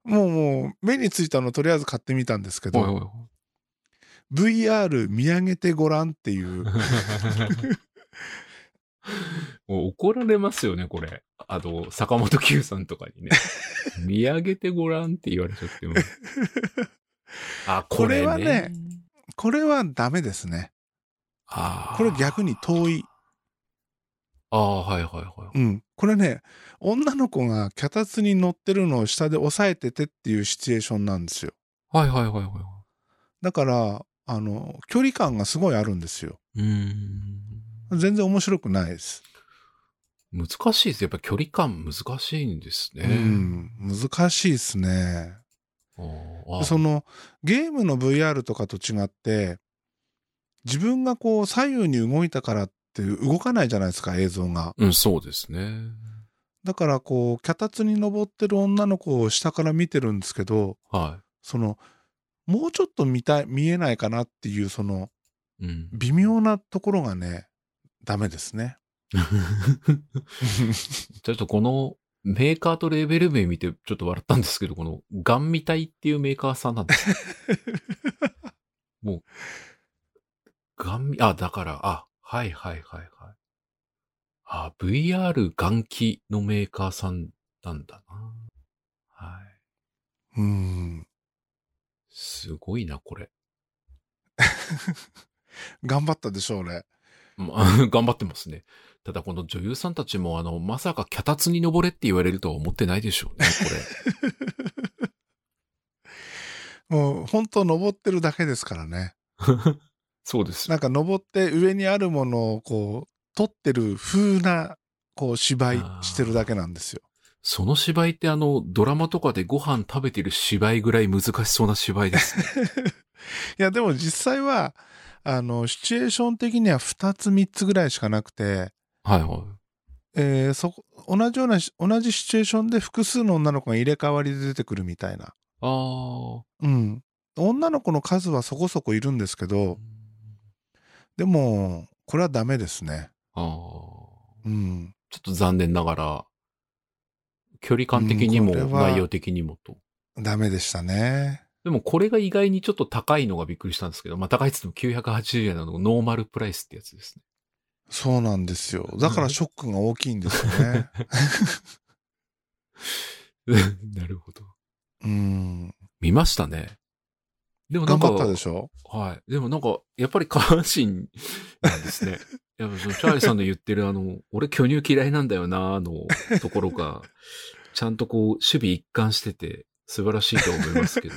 もうもう、目についたのとりあえず買ってみたんですけ
おいお
ど、
い
VR 見上げてごらんっていう、
おい もう怒られますよね、これ。あの、坂本九さんとかに ね。見上げてごらんって言われちゃ っても。あ、これ,、
これ
ね、
はね。これはダメですね。
あー
これ逆に遠い。
ああ、はいはいは
うん。これね、女の子が脚立に乗ってるのを下で押さえててっていうシチュエーションなんですよ。
い。はいはいはいは
だから、あの、距離感がすごいあるんですよ。
い。うーん。
全然面白くないです。
難しいです。やっぱ距離感難しいんですね。
うん。難しいですね。
あーあー
その、ゲームの VR とかと違って、自分がこう左右に動いたからって動かないじゃないですか、映像が。
うん、そうですね。
だからこう、脚立に登ってる女の子を下から見てるんですけど、
は
そのもうちょっと見たい見えないかなっていうその
い。うん。
微妙なところがねダメですね。
ちょっとこのメーカーとレーベル名見てちょっと笑ったんですけど、このガンミタイっていうメーカーさんなんですね。もう、ガンミ、あ、だから、あ、はいはいはいはい。あ、VR ガン機のメーカーさんなんだな。はい。
うん
すごいな、これ。
頑張ったでしょう俺。
ま あ頑張ってますね。ただこの女優さんたちもあの、まさか脚立に登れって言われるとは思ってないでしょうね、これ。
もう本当登ってるだけですからね。
そうです。
なんか登って上にあるものをこう取ってる風なこう芝居してるだけなんですよ。
その芝居ってあの、ドラマとかでご飯食べてる芝居ぐらい難しそうな芝 居ですね。
いやでも実際はあのシチュエーション的には2つ3つぐらいしかなくて
はいは
えーそこ同じようなし同じシチュエーションで複数の女の子が入れ替わりで出てくるみたいな、
ああ。
うん、女の子の数はそこそこいるんですけどでもこれはダメですね、
ああ。
うん、
ちょっと残念ながら、距離感的にも
うんこれは
内容的にもと。
ダメでしたね
でもこれが意外にちょっと高いのがびっくりしたんですけど、まあ高いっつっても980円なのがノーマルプライスってやつですね。
そうなんですよだからショックが大きいんですよ ね
なるほど。
うん
見ましたね。でもな
頑
んか、
張ったでしょ
はい。でもなんか、やっぱり下半身なんですね。やっぱそのチャーリーさんの言ってるあの、俺巨乳嫌いなんだよな、のところが、ちゃんとこう、守備一貫してて、素晴らしいと思いますけど。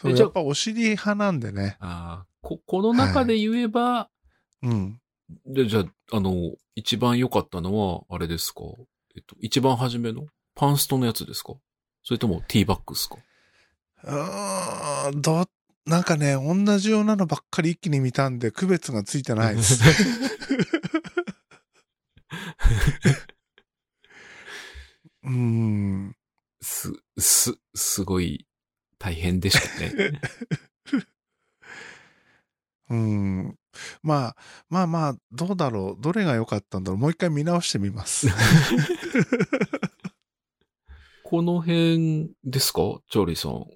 そう
じゃあ
やっぱお尻派なんでね
ああ、こ、この中で言えば、
うん
で、じゃあ、あの、一番良かったのは、あれですかえっと、一番初めのパンストのやつですかそれともティーバックスか
あーどなんかね同じようなのばっかり一気に見たんで区別がついてないです ねうん
す、す、すごい大変でしたね。
うんまあまあまあどうだろうどれが良かったんだろうもう一回見直してみます
この辺ですかチャーリーさん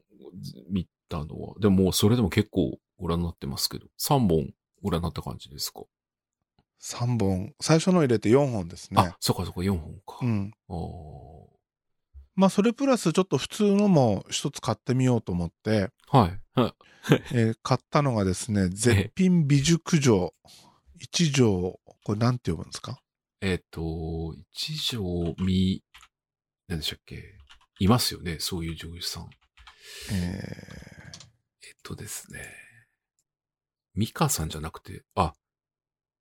見たのは。でももうそれでも結構ご覧になってますけど、3本ご覧になった感じですか、
3本最初の入れて4本ですね
あ、そっかそっか4本か。
うん
あ
まあそれプラスちょっと普通のも一つ買ってみようと思って、
あはい。はい。
えー買ったのがですね絶品美熟女一条これなんて呼ぶんですか
えっ、と、一条み、何でしたっけいますよね、そういう女優さん。
え
えっとですね。ミカさんじゃなくて、あ、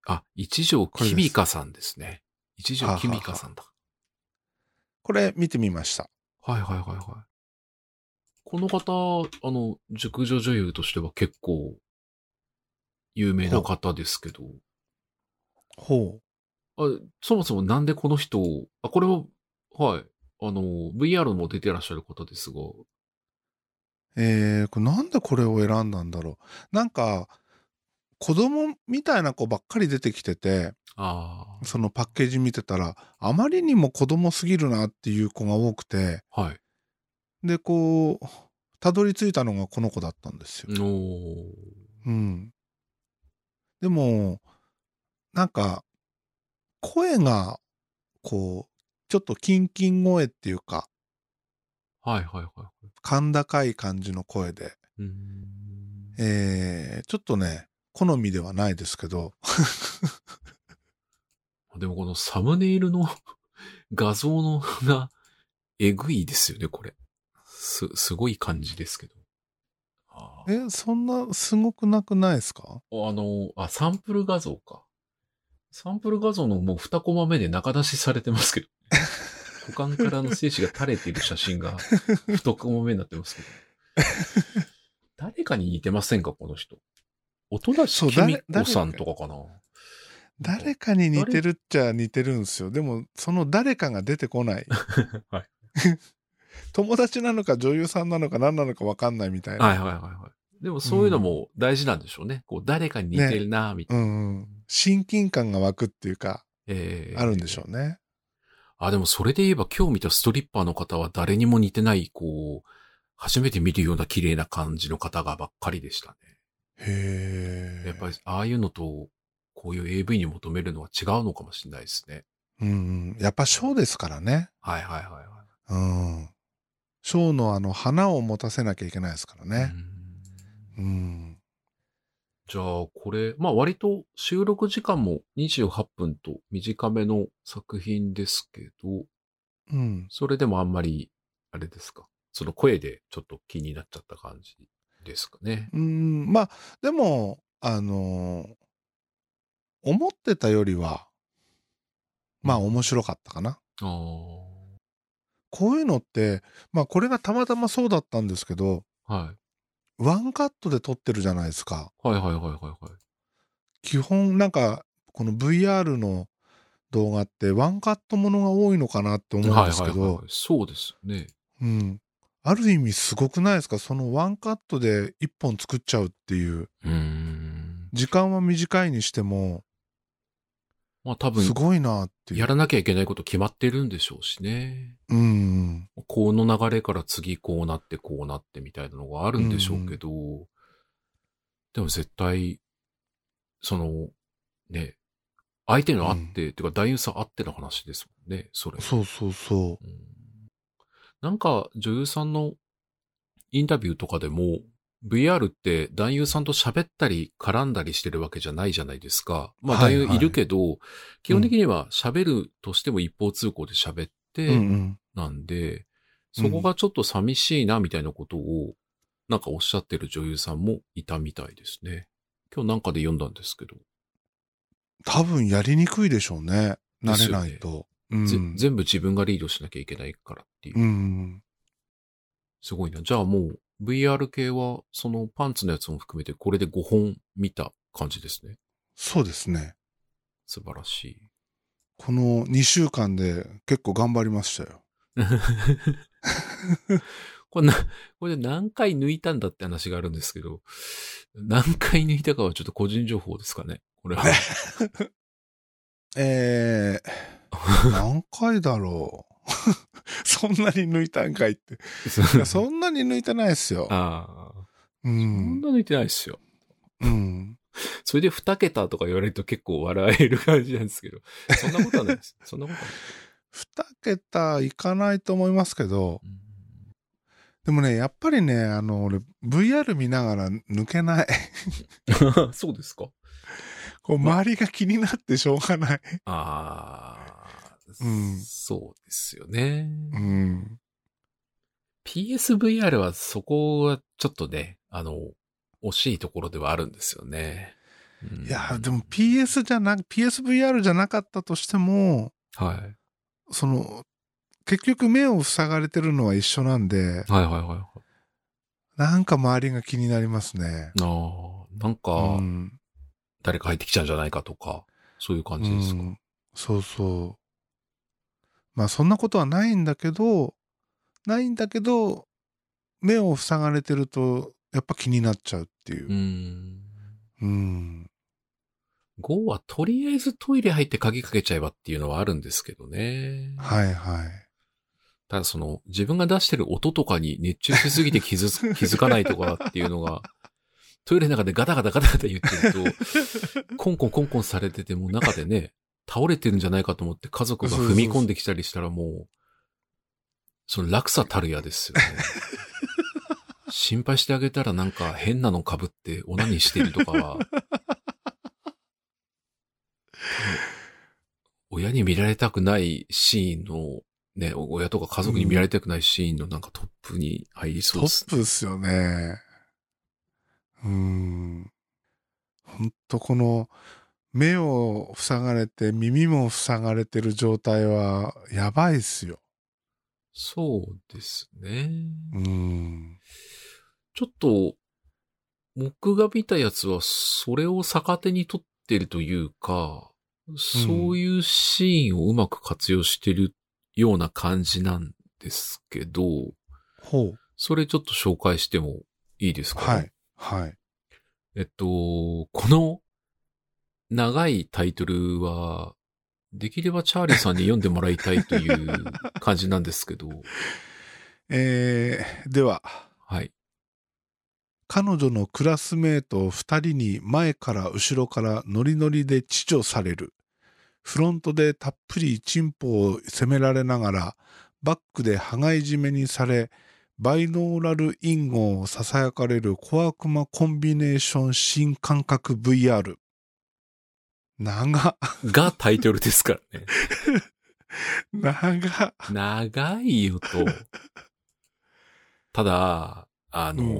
あ、一条
これです
きみかさんですね。一条きみかさんだ。
ーこれ見てみました
はいはいはいはい。この方、あの、熟女女優としては結構、有名な方ですけど、
ほ
あそもそもなんでこの人を、あ、これは、はい、あの、VR も出てらっしゃる方ですが、
うえー、これなんでこれを選んだんだろうなんか子供みたいな子ばっかり出てきてて
あ
そのパッケージ見てたらあまりにも子供すぎるなっていう子が多くて
あ、はい。
でこうたどり着いたのがこの子だったんですよ
おー
うん。でも、なんか、声が、こう、ちょっとキンキン声っていうか、
はいはいは
甲高い感じの声で、
い。うーん
えー、ちょっとね、好みではないですけど、
でもこのサムネイルの 画像のが、えぐいですよね、これ。す、すごい感じですけど。あー
え、そんなすごくなくないですか
あの、あ、サンプル画像か。サンプル画像のもう2コマ目で中出しされてます けど。股間からの精子が垂れている写真が2コマ目になってますけど。誰かに似てませんか、この人。音無し
そう
きみ
誰誰
さんとかかな。
誰かに似てるっちゃ似てるんですよ。でも、その誰かが出てこない。
はい
友達なのか女優さんなのか何なのか分かんないみたいな。
はいはいはいはい。でもそういうのも大事なんでしょうね。こう、誰かに似てるな、みたい
うんうん。親近感が湧くっていうか、
な。ええ
あるんでしょうね。
あ、でもそれで言えば今日見たストリッパーの方は誰にも似てない、こう、初めて見るような綺麗な感じの方がばっかりでした
へえ。
ね。やっぱり、ああいうのと、こういう AV に求めるのは違うのかもしれないですね。
うんうん。やっぱショーですからね。
はいはいはいは
うん。ショーのあの、花を持たせなきゃいけないですから
い。
ね
う。ん
うん。
じゃあ、これ、まあ割と収録時間も28分と短めの作品ですけど、
うん。
それでもあんまり、あれですか。その声でちょっと気になっちゃった感じですかね。
うん。まあ、でも、あのー思ってたよりは、まあ面白かったかな。
ああ。
こういうのって、まあこれがたまたまそうだったんですけど、
はい。
ワンカットで撮ってるじゃないですか。
はいはいはいはいはい。
基本なんかこの VR の動画ってワンカットものが多いのかなって思うんですけ
はいはいはい
ど
はい、そうですね。
うんある意味すごくないですかそのワンカットで一本作っちゃうっていう
うーん。
時間は短いにしても
まあ多分
す、ごいなっていう。
やらなきゃいけないこと決まってるんでしょうしね。
うん
この流れから次こうなってこうなってみたいなのがあるんでしょうけど、でも絶対、その、ね、相手のあって、てか、男優さんあっての話ですもんね、それ。
そうそうそ
うんなんか、女優さんのインタビューとかでも、VR って男優さんと喋ったり絡んだりしてるわけじゃないじゃないですか。まあ
は
男
い
優
はい
いるけど、基本的には喋るとしても一方通行で喋って、
う。うんうん
なんで、
うん
そこがちょっと寂しいなみたいなことを、なんかおっしゃってる女優さんもいたみたいですね。今日なんかで読んだんですけど、
多分やりにくいでしょうね。慣れないと。
ぜ
うん
全部自分がリードしなきゃいけないからっていう。
うん。
すごいな。じゃあもう VR 系はそのパンツのやつも含めてこれで5本見た感じですね。
そうですね。
素晴らしい。
この2週間で結構頑張りましたよ。
これな、これで何回抜いたんだって話があるんですけど、何回抜いたかはちょっと個人情報ですかね。これは。
えー、何回だろう。 そんなに抜いたんかいって。い やそんなに抜いてないですよ。
ああ。
う
そん
ん。
な抜いてないですよ。
うん。
それで2桁とか言われると結構笑える感じなんですけど、そんなことはな いです。そんなことはない。
二桁いかないと思いますけど、でもね、やっぱりね、あの、俺、VR 見ながら抜けない。
うんそうですか
こう周りが気になってしょうがない。
ああ、
うん
そうですよね。
うん。
PSVR はそこはちょっとね、あの、惜しいところではあるんですよね。うん
いや、でも PS じゃな、PSVR じゃなかったとしても、
はい。
その、結局目を塞がれてるのは一緒なんで、
はいはいはいはい。
なんか周りが気になりますね。
ああ、なんか、
うん。
誰か入ってきちゃうんじゃないかとか、そういう感じですか。
うんそうそう。まあそんなことはないんだけど、ないんだけど、目を塞がれてると、やっぱ気になっちゃうっていうう。
ん。
うん。
GO はとりあえずトイレ入って鍵かけちゃえばっていうのはあるんですけどね。
はいはい。
ただその、自分が出してる音とかに熱中しすぎて気づつ気づかないとかっていうのが、トイレの中でガタガタガタガタ言ってると、コンコンコンコンされてて、もう中でね、倒れてるんじゃないかと思って家族が踏み込んできたりしたらもう、その落差たるやですよね。心配してあげたらなんか変なの被ってオナニーしてると かは、親に見られたくないシーンの、ね、親とか家族に見られたくないシーンのなんかトップに入り
ト
そうです
ップっすよね。うん。ほんとこの、目を塞がれて耳も塞がれてる状態はやばいっすよ。
そうですね。
うん。
ちょっと、僕が見たやつは、それを逆手に取ってるというか、そういうシーンをうまく活用してるような感じなんですけど、
ほう。
それちょっと紹介してもいいですか、
はい。はい。
えっと、この長いタイトルは、できればチャーリーさんに読んでもらいたいという感じなんですけど、
えー、では、
はい。
彼女のクラスメート二人に前から後ろからノリノリで秩序される。フロントでたっぷりチンポを責められながら、バックで羽交い締めにされ、バイノーラルインゴを囁かれる小悪魔コンビネーション新感覚 VR。長っ、
がタイトルですからね。
長っ。
長いよと。ただ、あのー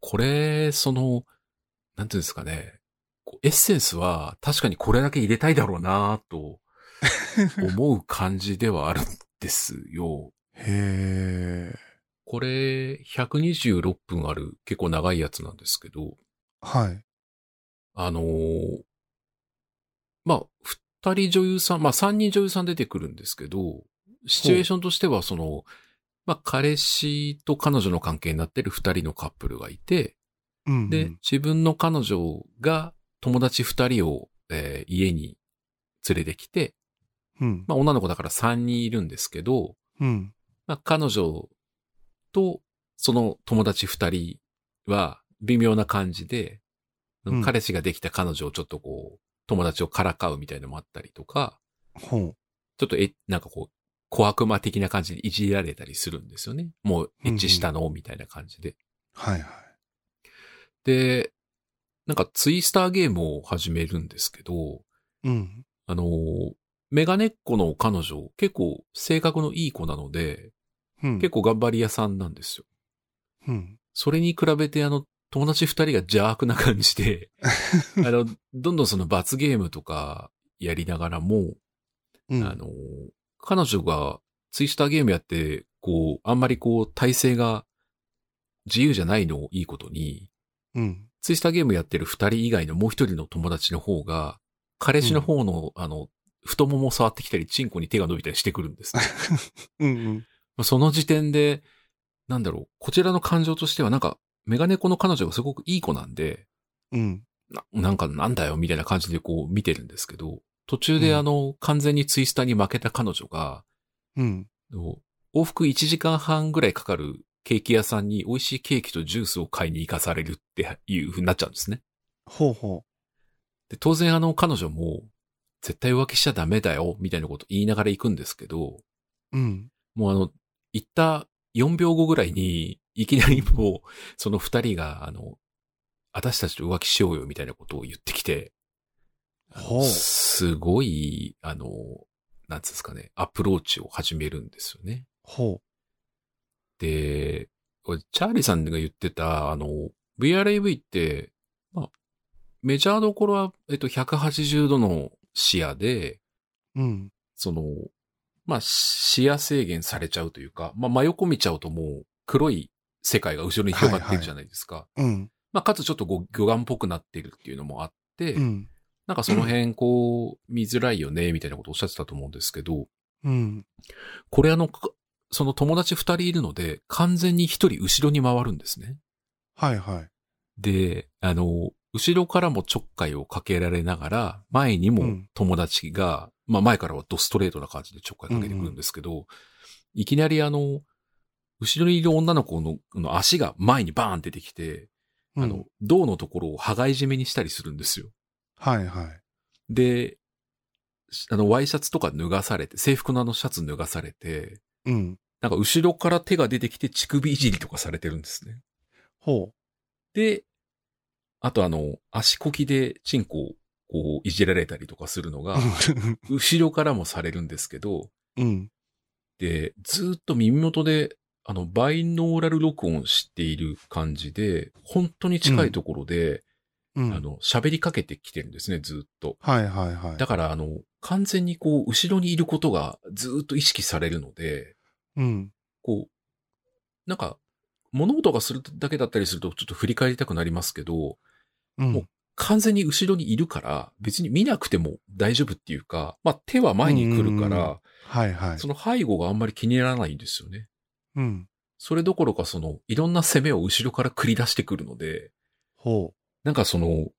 これ、その、なんていうんですかね、こうエッセンスは確かにこれだけ入れたいだろうなと思う感じではあるんですよ。
へー。
これ、126分ある結構長いやつなんですけど、
はい。
あのーまあ、ふ二人女優さん、まあ三人女優さん出てくるんですけど、シチュエーションとしてはその、まあ彼氏と彼女の関係になってる二人のカップルがいて、
うん。
で、自分の彼女が友達二人を、えー家に連れてきて、
うん。
まあ女の子だから三人いるんですけど、
うん。
まあ彼女とその友達二人は微妙な感じで、
うん
彼氏ができた彼女をちょっとこう、友達をからかうみたいのもあったりとか、
ほう。
ちょっとえ、なんかこう、小悪魔的な感じでいじられたりするんですよね。もう、エッチしたの、みたいな感じで。
はいはい。
で、なんかツイスターゲームを始めるんですけど、
うん。
あのーメガネっ子の彼女、結構性格のいい子なので、
うん。
結構頑張り屋さんなんですよ。
うん。
それに比べてあの、友達二人が邪悪な感じ で、あの、どんどんその罰ゲームとかやりながらも、
うん。
あの、彼女がツイスターゲームやって、こう、あんまりこう、体勢が自由じゃないのをいいことに、
うん。
ツイスターゲームやってる二人以外のもう一人の友達の方が、彼氏の方の、あの、太ももを触ってきたり、チンコに手が伸びたりしてくるんですね、
うん。うん。
まあその時点で、なんだろう、こちらの感情としては、なんか、メガネコの彼女がすごくいい子なんで、
うん。
ななんかなんだよ、みたいな感じでこう見てるんですけど、途中
う
で
ん
あの、完全にツイスターに負けた彼女が、
うん。
の往復1時間半ぐらいかかるケーキ屋さんに美味しいケーキとジュースを買いに行かされるっていう風になっちゃうんですね。
ほうほ
で、当然あの彼女も絶対浮気しちゃダメだよみたいなこと言いながら行くんですけど、
う。うん。
もうあの、行った4秒後ぐらいにいきなりもうその2人があの、私たちと浮気しようよみたいなことを言ってきて、
ほう。
すごい、あの、なんつうんですかね、アプローチを始めるんですよね。
ほ
で、これチャーリーさんが言ってた、あの、VRAV って、まあ、メジャーどころは、えっと、180度の視野で、
う。うん。
その、まあ、視野制限されちゃうというか、まあ、真横見ちゃうともう黒い世界が後ろに広がってるじゃないですか。
うん。
まあ、かつちょっとこう魚眼っぽくなってるっていうのもあって、
うん。
なんかその辺こう、見づらいよね、みたいなことをおっしゃってたと思うんですけど、
うん。
これあの、かその友達二人いるので、完全に一人後ろに回るんですね。
はいはい。
で、あの、後ろからもちょっかいをかけられながら、前に
う
も
ん
友達が、まあ前からはドストレートな感じでちょっかいかけてくるんですけど、いきなりあの、後ろにいる女の子のの足が前にバーン出てきて、
うん
あの、、胴のところを羽交い締めにしたりするんですよ。
はいはい。
で、しあの、ワイシャツとか脱がされて、制服のあのシャツ脱がされて、
うん。
なんか後ろから手が出てきて乳首いじりとかされてるんですね。
ほ
で、あとあの、足こきでチンコをこういじられたりとかするの
う
が、。後ろからもされるんですけど、
うん。
で、ずーっと耳元で、あの、バイノーラル録音している感じで、本当に近いところで、
うん。
あ、の、喋りかけてきてるんですね、ずーっと。
はいはいはい。
だから、あの、完全にこう、後ろにいることがずーっと意識されるので、
うん。
こう、なんか、物音がするだけだったりすると、ちょっと振り返りたくなりますけど、
うん。
完全に後ろにいるから、別に見なくても大丈夫っていうか、まあ手は前に来るか
うんうん
ら、
はいはい
そ。の背後があんまり気にならないんですよね。
うん。
それどころかその、いろんな攻めを後ろから繰り出してくるので、
ほ
なんかその、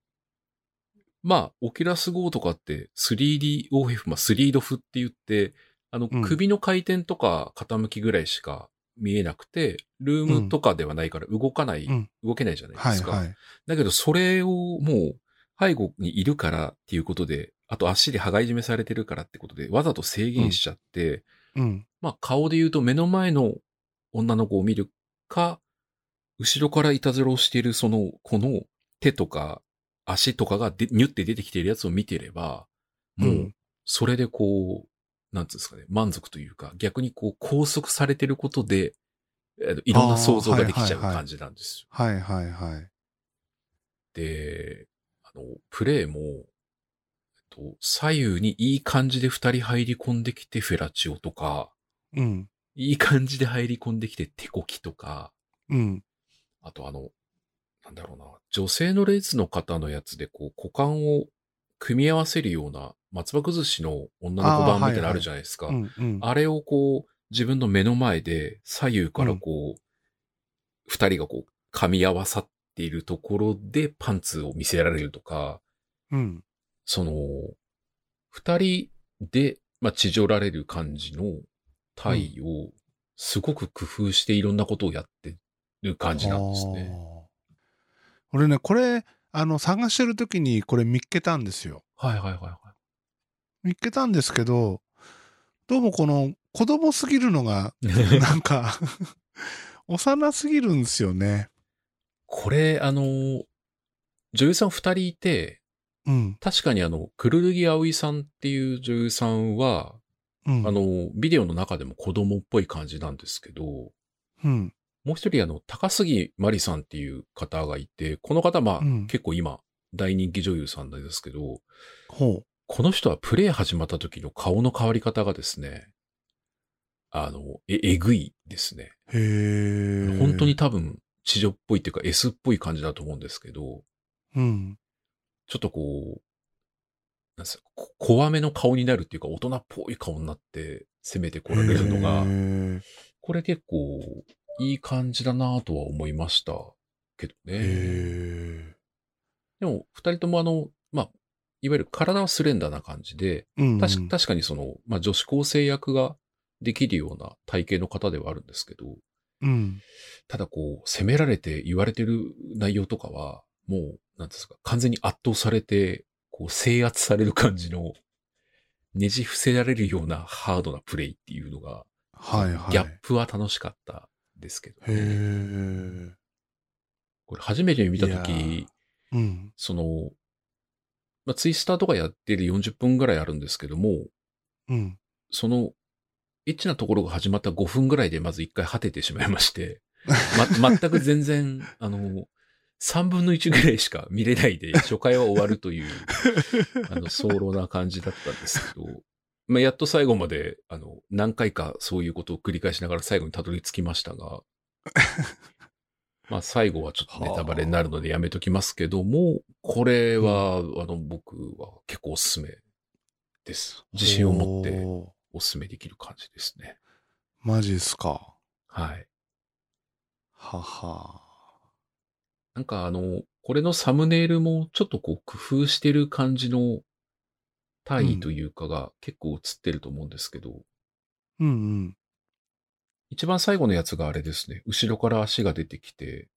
まあ、オキュラス GO とかって 3DOF、まあ 3D ドフって言って、あの
うん、
首の回転とか傾きぐらいしか見えなくて、ルームとかではないから動かない、
うん
動けないじゃ
う。
ないで
はい
すか。
はい。
だけど、それをもう、背後にいるからっていうことで、あと足で羽交い締めされてるからってことで、わざと制限しちゃって、
うん。
まあ顔で言うと目の前の女の子を見るか、後ろからいたずらをしているその子の手とか足とかがでニュって出てきているやつを見てれば、もうう、それでこう、なんつうんですかね、満足というか、逆にこう拘束されてることで、あのいろんな想像ができちゃう感じなんですよ。
はいはいはい。
で、あの、プレイも、えっと、左右にいい感じで二人入り込んできてフェラチオとか、
うん。
いい感じで入り込んできて手こきとか、
うん。
あとあの、なんだろうな、女性のレースの方のやつでこう股間を組み合わせるような松葉崩しの女の子版みたいなのあるじゃないですか。あ,、
うんうん。
れをこう、自分の目の前で左右からこう、二、人がこう、噛み合わさっているところでパンツを見せられるとか、
うん。
その、二人で、まあ、地上られる感じの体を、すごく工夫していろんなことをやってる感じなんですね。
あー俺ね、これ、あの、探してる時にこれ見っけたんですよ。
はいはいはいはい。
見っけたんですけど、どうもこの子供すぎるの が、なんか、 幼すぎるんですよね。
これ、あの、女優さん二人いて、
うん、
確かにあの、くるるぎあおいさんっていう女優さんは、
うん。
あ、の、ビデオの中でも子供っぽい感じなんですけど、も
うん、
う一人あの、高杉まりさんっていう方がいて、この方まあ、
うん
結構今、大人気女優さんなんですけど、
ほ
この人はプレイ始まった時の顔の変わり方がですね、あの、え、えぐいですね。
う。へえ。
本当に。多分、地上っぽいっていうか S っぽい感じだと思うんですけど、
うん。
ちょっとこう、なんですか、こ怖めの顔になるっていうか、大人っぽい顔になって攻めてこられるの
へ
が、
ー
これ結構いい感じだなとは思いましたけどね。
へえ。
でも、二人ともあの、まあ、いわゆる体はスレンダーな感じで、
うん。
確か確かにその、まあ、女子高生役ができるような体型の方ではあるんですけど、
うん。
ただこう、責められて言われてる内容とかは、もう、なんですか、完全に圧倒されて、こう、制圧される感じの、ねじ伏せられるようなハードなプレイっていうのが、
はいはい。
ギャップは楽しかったですけど
へ
ね。
え。
これ初めて見たと
いや
き
ー、うん。
その、まあ、ツイスターとかやってる40分ぐらいあるんですけども、
うん。
その、エッチなところが始まった5分ぐらいでまず1回果ててしまいまして、ま、全く全然、あの、3分の1ぐらいしか見れないで、初回は終わるという、あの、早漏な感じだったんですけど、まあ、やっと最後まで、あの、何回かそういうことを繰り返しながら最後にたどり着きましたが、まあ、最後はちょっとネタバレになるのでやめときますけども、これは、あの、僕は結構おすすめです。自信を持って
おー
お勧めできる感じですね。
マジっすか。
はい。
はは。
なんかあの、これのサムネイルもちょっとこう工夫してる感じの体位というかが結構映ってると思うんですけど、
うんうん。
一番最後のやつがあれですね、後ろから足が出てきて、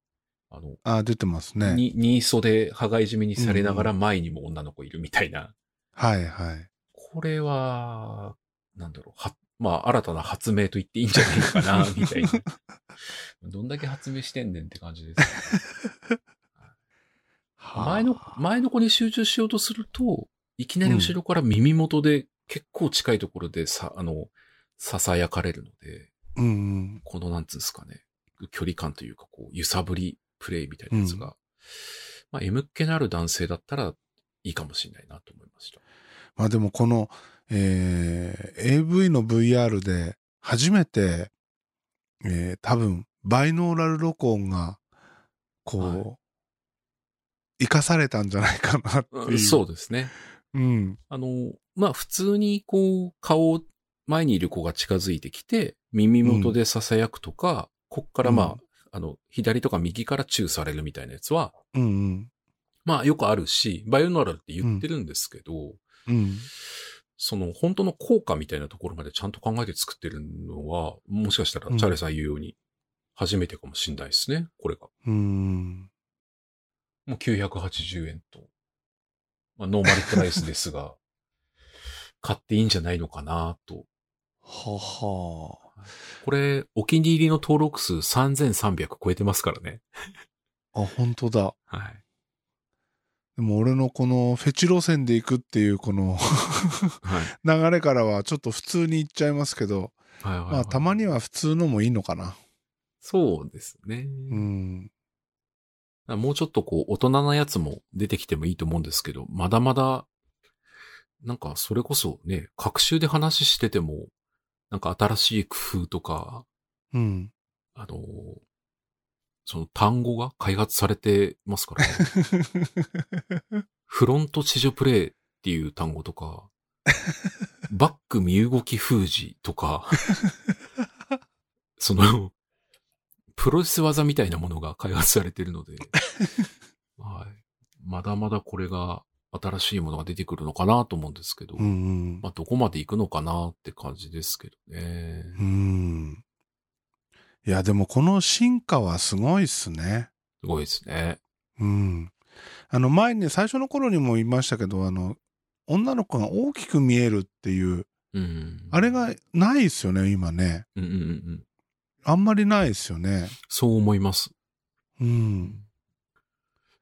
あの、
あ、出てますね。
に、ニーソで羽がいじめにされながら前にも女の子いるみたいな。
はいはい。
これは、なんだろう、は、まあ新たな発明と言っていいんじゃないかな、みたいな。どんだけ発明してんねんって感じです、前の、前の子に集中しようとすると、いきなり後ろから耳元で結構近いところでさ、あの、囁かれるので、
うんうん。
このなんつうんですかね、距離感というか、こう、揺さぶりプレイみたいなやつが、まあ、M っ気のある男性だったらいいかもしれないなと思いました。
まあでもこの、えー AV の VR で初めて、えー多分バイノーラル録音がこう、
はい
生かされたんじゃないかなっていうう。
んそうですね。
うん。
あの、まあ、普通にこう、顔を、前にいる子が近づいてきて、耳元で囁くとか、こっからまあ、
うん
あの、左とか右からチューされるみたいなやつは、
うんうん。
まあよくあるし、バイオナラルって言ってるんですけど、
うん。
その本当の効果みたいなところまでちゃんと考えて作ってるのは、もしかしたら
うん
チャレさん言うように、初めてかもしんないですね、これが。
うん。
もう980円と。まあノーマルプライスです が、買っていいんじゃないのかなと。
はは。
これ、お気に入りの登録数3300超えてますからね。
あ、本当だ。
はい。
でも俺のこのフェチ路線で行くっていうこの
はい。
流れからはちょっと普通に行っちゃいますけど、
はいはいはい
まあたまには普通のもいいのかな。
そうですね。
うん。
だからもうちょっとこう、大人なやつも出てきてもいいと思うんですけど、まだまだ、なんかそれこそね、学習で話してても、なんか新しい工夫とか、
うん。
あのーその単語 が開発されてますからね。フロント地上プレイってっていう単語とか、バック身動き封じ とか、その、プロレス技みたいなものが開発されているので、はい。まだまだこれが新しいものが出てくるのかなと思うんですけど、
うんうん
まあ、どこまで行くのかなって感じですけどね。
うん。いや、でもこの進化はすごいっすね。
すごいですね。
うん。あの、前にね、最初の頃にも言いましたけど、あの、女の子が大きく見えるっていう、
うん。
あれがないですよね、今ね。
うんうんうんうん。
あんまりないですよね。
そう思います。
うん。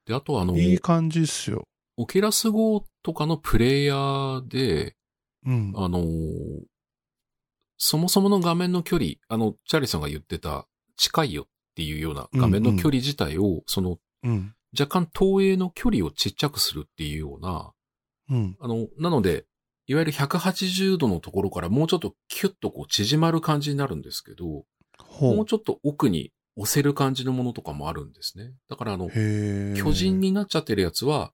で、あとあの、
いい感じっすよ。
オキュラス号とかのプレイヤーで、
うん。
あのーそもそもの画面の距離、あの、チャーリーさんが言ってた、近いよっていうような画面の距離自体を、その、
うん。
若干投影の距離をちっちゃくするっていうような、
うん。
あの、なので、いわゆる180度のところからもうちょっとキュッとこう縮まる感じになるんですけど、も
ほ
うちょっと奥に押せる感じのものとかもあるんですね。だからあの
う。、へえ。
巨人。になっちゃってるやつは、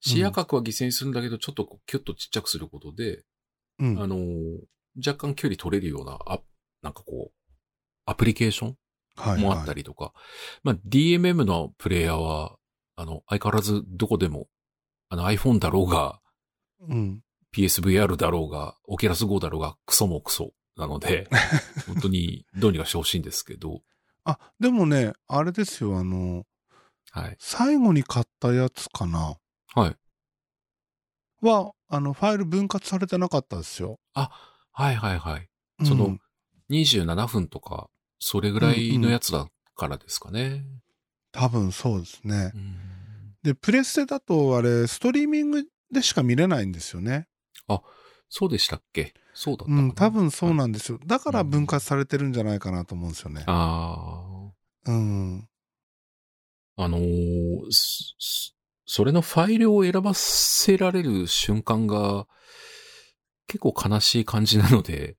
視野角は犠牲にするんだけど、ちょっとこうキュッとちっちゃくすることで、
うん。
あのー若干距離取れるような、あなんかこう、アプリケーショ
はいは
ン
い
もあったりとか、まあ DMM のプレイヤーは、あの、相変わらずどこでも、あの iPhone だろうが、
うん。
PSVR だろうが、オキュラス GO だろうが、クソもクソなの で、本当にどうにかしてほしいんですけど、
あ、でもね、あれですよ、あの、
はい。
最後に買ったやつかな。
はい。
は、あの、ファイル分割されてなかったですよ。
あ、はいはいはい。
うん
その、27分とか、それぐらいのやつだからですかね。
多分そうですね。
うん
で、プレステだと、あれ、ストリーミングでしか見れないんですよね。
そうでしたっけそうだったか
う
な、
ん、多分そうなんですよ。だから分割されてるんじゃないかなと思うんですよね。
あ
うん。
あ、あのーすすそれのファイルを選ばせられる瞬間が結構悲しい感じなの で、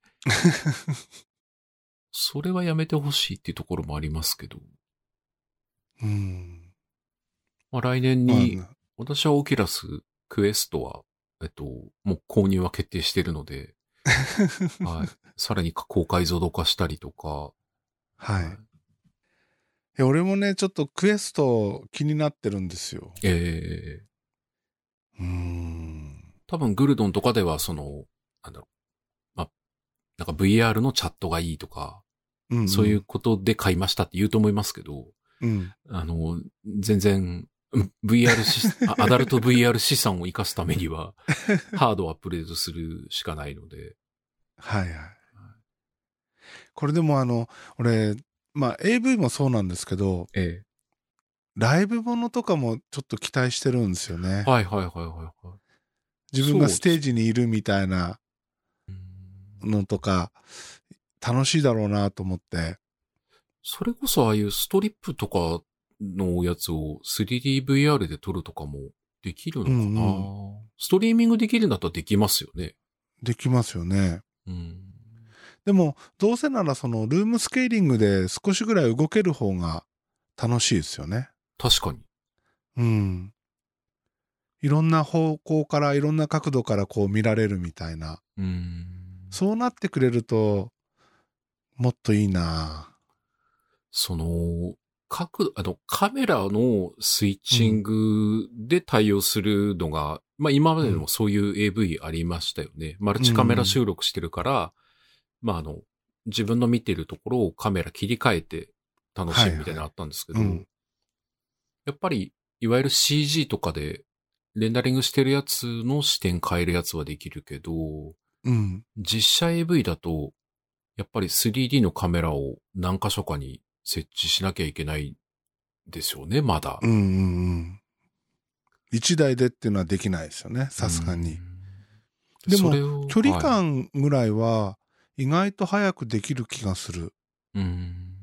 それはやめてほしいっていうところもありますけど、
うん。
まあ、来年
まあ
に、私はオキュラスクエストは、えっと、もう購入は決定してるので、はい。さらに高解像度化したりとか、
はい。いや俺もね、ちょっとクエスト気になってるんですよ。
えー、
うん。
多分グルドンとかではその、なんだろう、まあ、なんか VR のチャットがいいとか、
ん
そういう。ことで買いましたって言うと思いますけど、
うん。
あの、全然、うん VR し、あアダルト VR 資産を生かすためには、ハードをアップデートするしかないので、
はいはい。これでもあの、俺、まあ AV もそうなんですけど、
え
ライブものとかもちょっと期待してるんですよ ね。
はいはいはいはい、はい
自分がステージにいるみたいな
うん
のとか、楽しいだろうなと思って。
それこそああいうストリップとかのやつを 3DVR で撮るとかもできるのかな、
うん
ストリーミングできるんだったらできますよね。
できますよね。
うん。
でも、どうせならそのルームスケーリングで少しぐらい動ける方が楽しいですよね。
確かに。
うん。いろんな方向からいろんな角度からこう見られるみたいな。
うん。
そうなってくれると、もっといいな
その、各、あの、カメラのスイッチングで対応するのが、まあ今までもそういう AV ありましたよね。マルチカメラ収録してるから、まああの、自分の見てるところをカメラ切り替えて楽しむみたいなのあったんですけど、
はいはいうん
やっぱり、いわゆる CG とかで、レンダリングしてるやつの視点変えるやつはできるけど、
うん。
実写 AV だと、やっぱり 3D のカメラを何箇所かに設置しなきゃいけないですよね、まだ
うん。うんうん。一台でっていうのはできないですよね。さすがに。
うん。
でも
それを
距離
はい
感ぐらいは意外と早くできる気がする。
うん。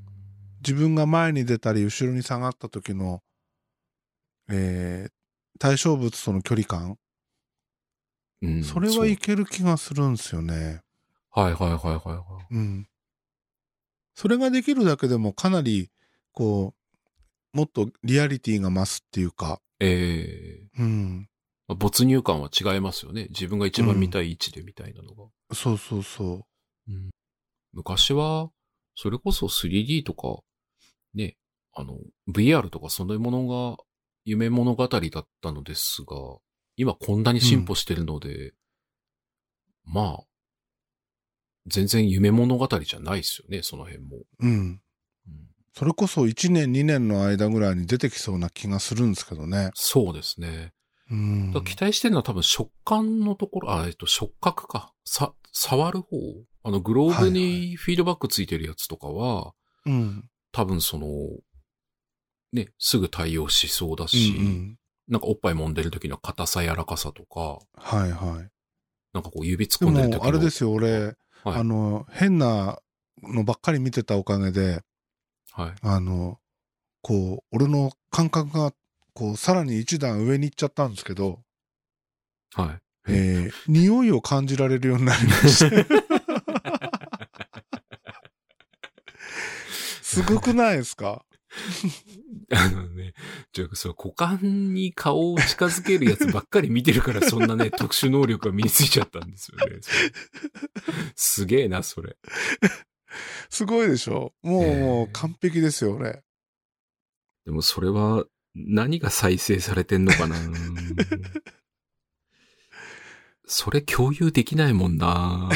自分が前に出たり後ろに下がった時の、えー対象物との距離感、
うん
それはいける気がするんですよね。
そうはいはいはいはいはい。
うん。それができるだけでもかなり、こう、もっとリアリティが増すっていうか、
ええ
うん。
まあ没入感は違いますよね。自分が一番見たい位置でみたいなのが。
そうそうそ
うん昔は、それこそ 3D とか、ね、あの、VR とかそのものが夢物語だったのですが、今こんなに進歩してるので、まあ、全然夢物語じゃないですよね、その辺も。
う。うん。
うん
それこそ1年2年の間ぐらいに出てきそうな気がするんですけどね。
そうですね。
うん
だから期待してるのは多分食感のところ、あ、えっと、触覚か。さ、触る方あの、グローブ
はいは
にフィードバックついてるやつとかは、
うん。
多分その、ね、すぐ対応しそうだ
う
し、
ん。
なんかおっぱい揉んでる時の硬さ柔らかさとか、
はいは
なんかこう指
い。
突っ込んで
で
る時の
も、あれですよ、俺、
はい
あの、変なのばっかり見てたおかげで、
はい。
あの、こう、俺の感覚が、こう、さらに一段上に行っちゃったんですけど、
はい。
えー、匂いを感じられるようになりま した。すごくないですか
あのね、じゃあその股間に顔を近づけるやつばっかり見てるから、そんなね、 特殊能力が身についちゃったんですよね。それすげえな、それ。
すごいでしょもう、
えー
もう完璧ですよ、俺。
でもそれは、何が再生されてん のかなそれ共有できないもんな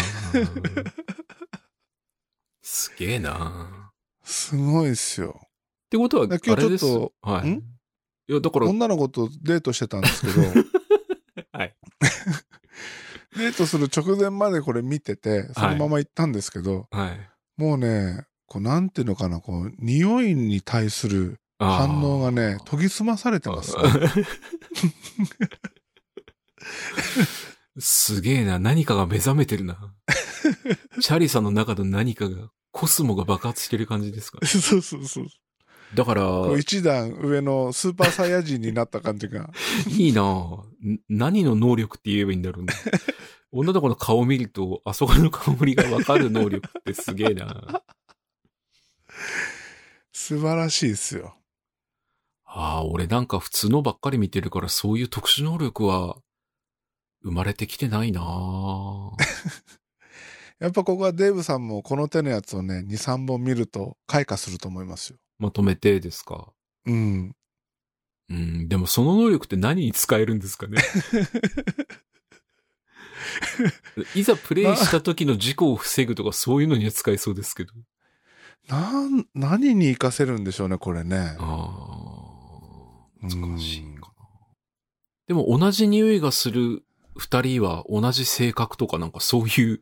すげえな
すごいですよ。
ってことは、
だ
あれです。
今日ちょ
はい。
ん
いや、だから、
女の子とデートしてたんですけど、
はい。
デートする直前までこれ見てて、そのまま行ったんですけど、
はい。
もうね、こう、なんていうのかな、こう、匂いに対する
あー
反応がね、研ぎ澄まされてますね、
すげえな。何かが目覚めて るな。チャーリーさんの中の何かが、コスモが爆発してる感じですか
そうそうそう。
だから、
こう一段上のスーパーサイヤ人になった感じが。
いいなぁ。ん何の能力って言えばいいんだろうな。女の子の顔を見ると、あそこの香りがわかる能力ってすげえな
素晴らしいですよ。
ああ、俺なんか普通のばっかり見てるから、そういう特殊能力は、生まれてきてないなぁ。
やっぱここはデーブさんもこの手のやつをね、2、3本見ると開花すると思いますよ。
まとめてですか。
うん。
うん、でもその能力って何に使えるんですかね。いざプレイした時の事故を防ぐとかそういうのには使えそうですけど。
なん、何に活かせるんでしょうね、これね。
ああ、
うん
難しいかな。でも同じ匂いがする二人は同じ性格とかなんかそういう う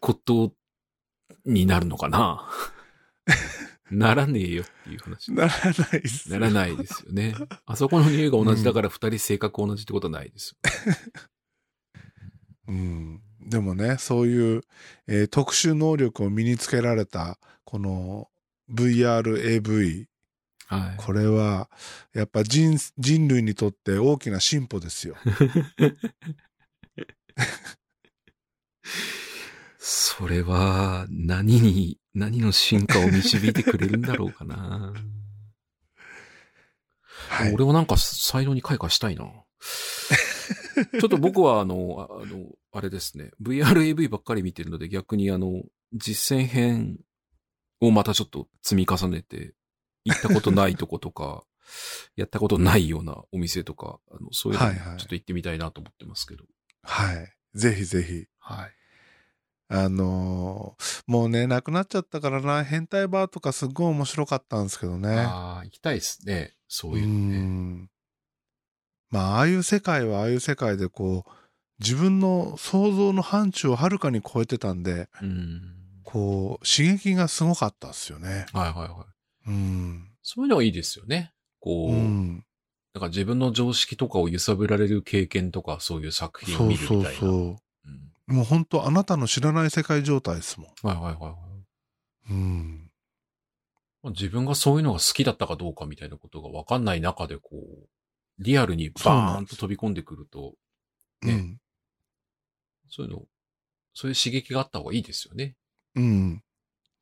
ことになるのかなならねえよっていう話。
ならないっす
な。らないですよね。あそこの匂いが同じだから二人性格同じってことはないですよ。
うん。でもね、そういう、えー特殊能力を身につけられた、この VRAV、
はい。
これは、やっぱ人、人類にとって大きな進歩です よ。
それは何に、何の進化を導いてくれるんだろうかな。
はい。
俺もなんか才能に開花し たいな。ちょっと僕はあの、ああの、あれですね、VRAV ばっかり見てるので逆にあの、実践編をまたちょっと積み重ねて、行ったことないとこ とか、やったことないようなお店とか、あのそういうの
はいはい
ちょっと行ってみたいなと思ってますけど。
はい。ぜひぜひ。
はい。
あのーもうね、なくなっちゃったからな、変態バーとかすっごい面白かったんですけどね。
ああ、行きたいですね。そう
う
いうのね。
ん。まあ、ああいう世界はああいう世界でこう、自分の想像の範疇をはるかに超えてたんで、
うん。
こう、刺激がすごかったっすよね。
はいはいはい。
うん。
そういうのがいいですよね。こう、
うん。
なんか自分の常識とかを揺さぶられる経験とか、そういう作品を
そう
見るみた
そ
いうな。
そうう。もう本当あなたの知らない世界状態ですもん。
んはいはいはいは
う
い。
ん。
まあ自分がそういうのが好きだったかどうかみたいなことがわかんない中で、こう、リアルにバーンと飛び込んでくると、ね
うん。
そういうの、そういう刺激があった方がいいですよね。
うん。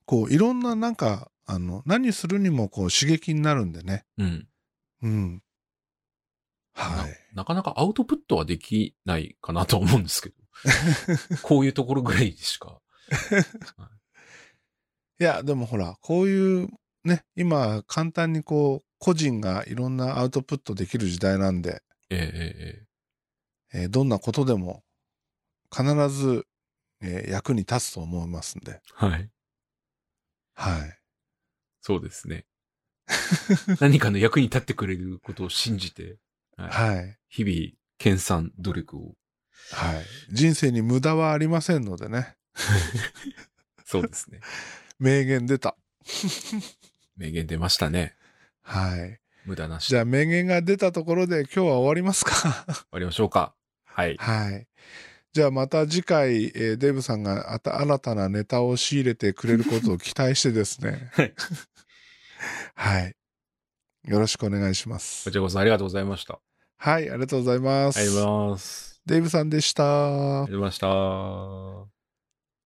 こう、いろんななんか、あの、何するにもこう刺激になるんでね。
うん。
うん。はい。
なかなかアウトプットはできないかなと思うんですけど、こういうところぐらいしか。
いや、でもほら、こういうね、今、簡単にこう、個人がいろんなアウトプットできる時代なんで、
えええええ
えーどんなことでも、必ず、えー役に立つと思いますんで。
えはい。
はい。
そうですね。何かの役に立ってくれることを信じて、はい
はい。
日々、研鑽、努力を。
はい。人生に無駄はありませんのでね。
そうですね。
名言出た。
名言出ましたね。
はい。
無駄なし。
じ
終
ゃあ名言が出たところで今日は終わりますか
わりましょうか。はい。
はい。じゃあまた次回、えーデーブさんがあた新たなネタを仕入れてくれることを期待してです ね。
はい。
はい。よろしくお願いします
こち。らこそありがとうございました。
はい、ありがとうございます。
ありがとうございます。
デーブさんでした
あ。りがとうございました。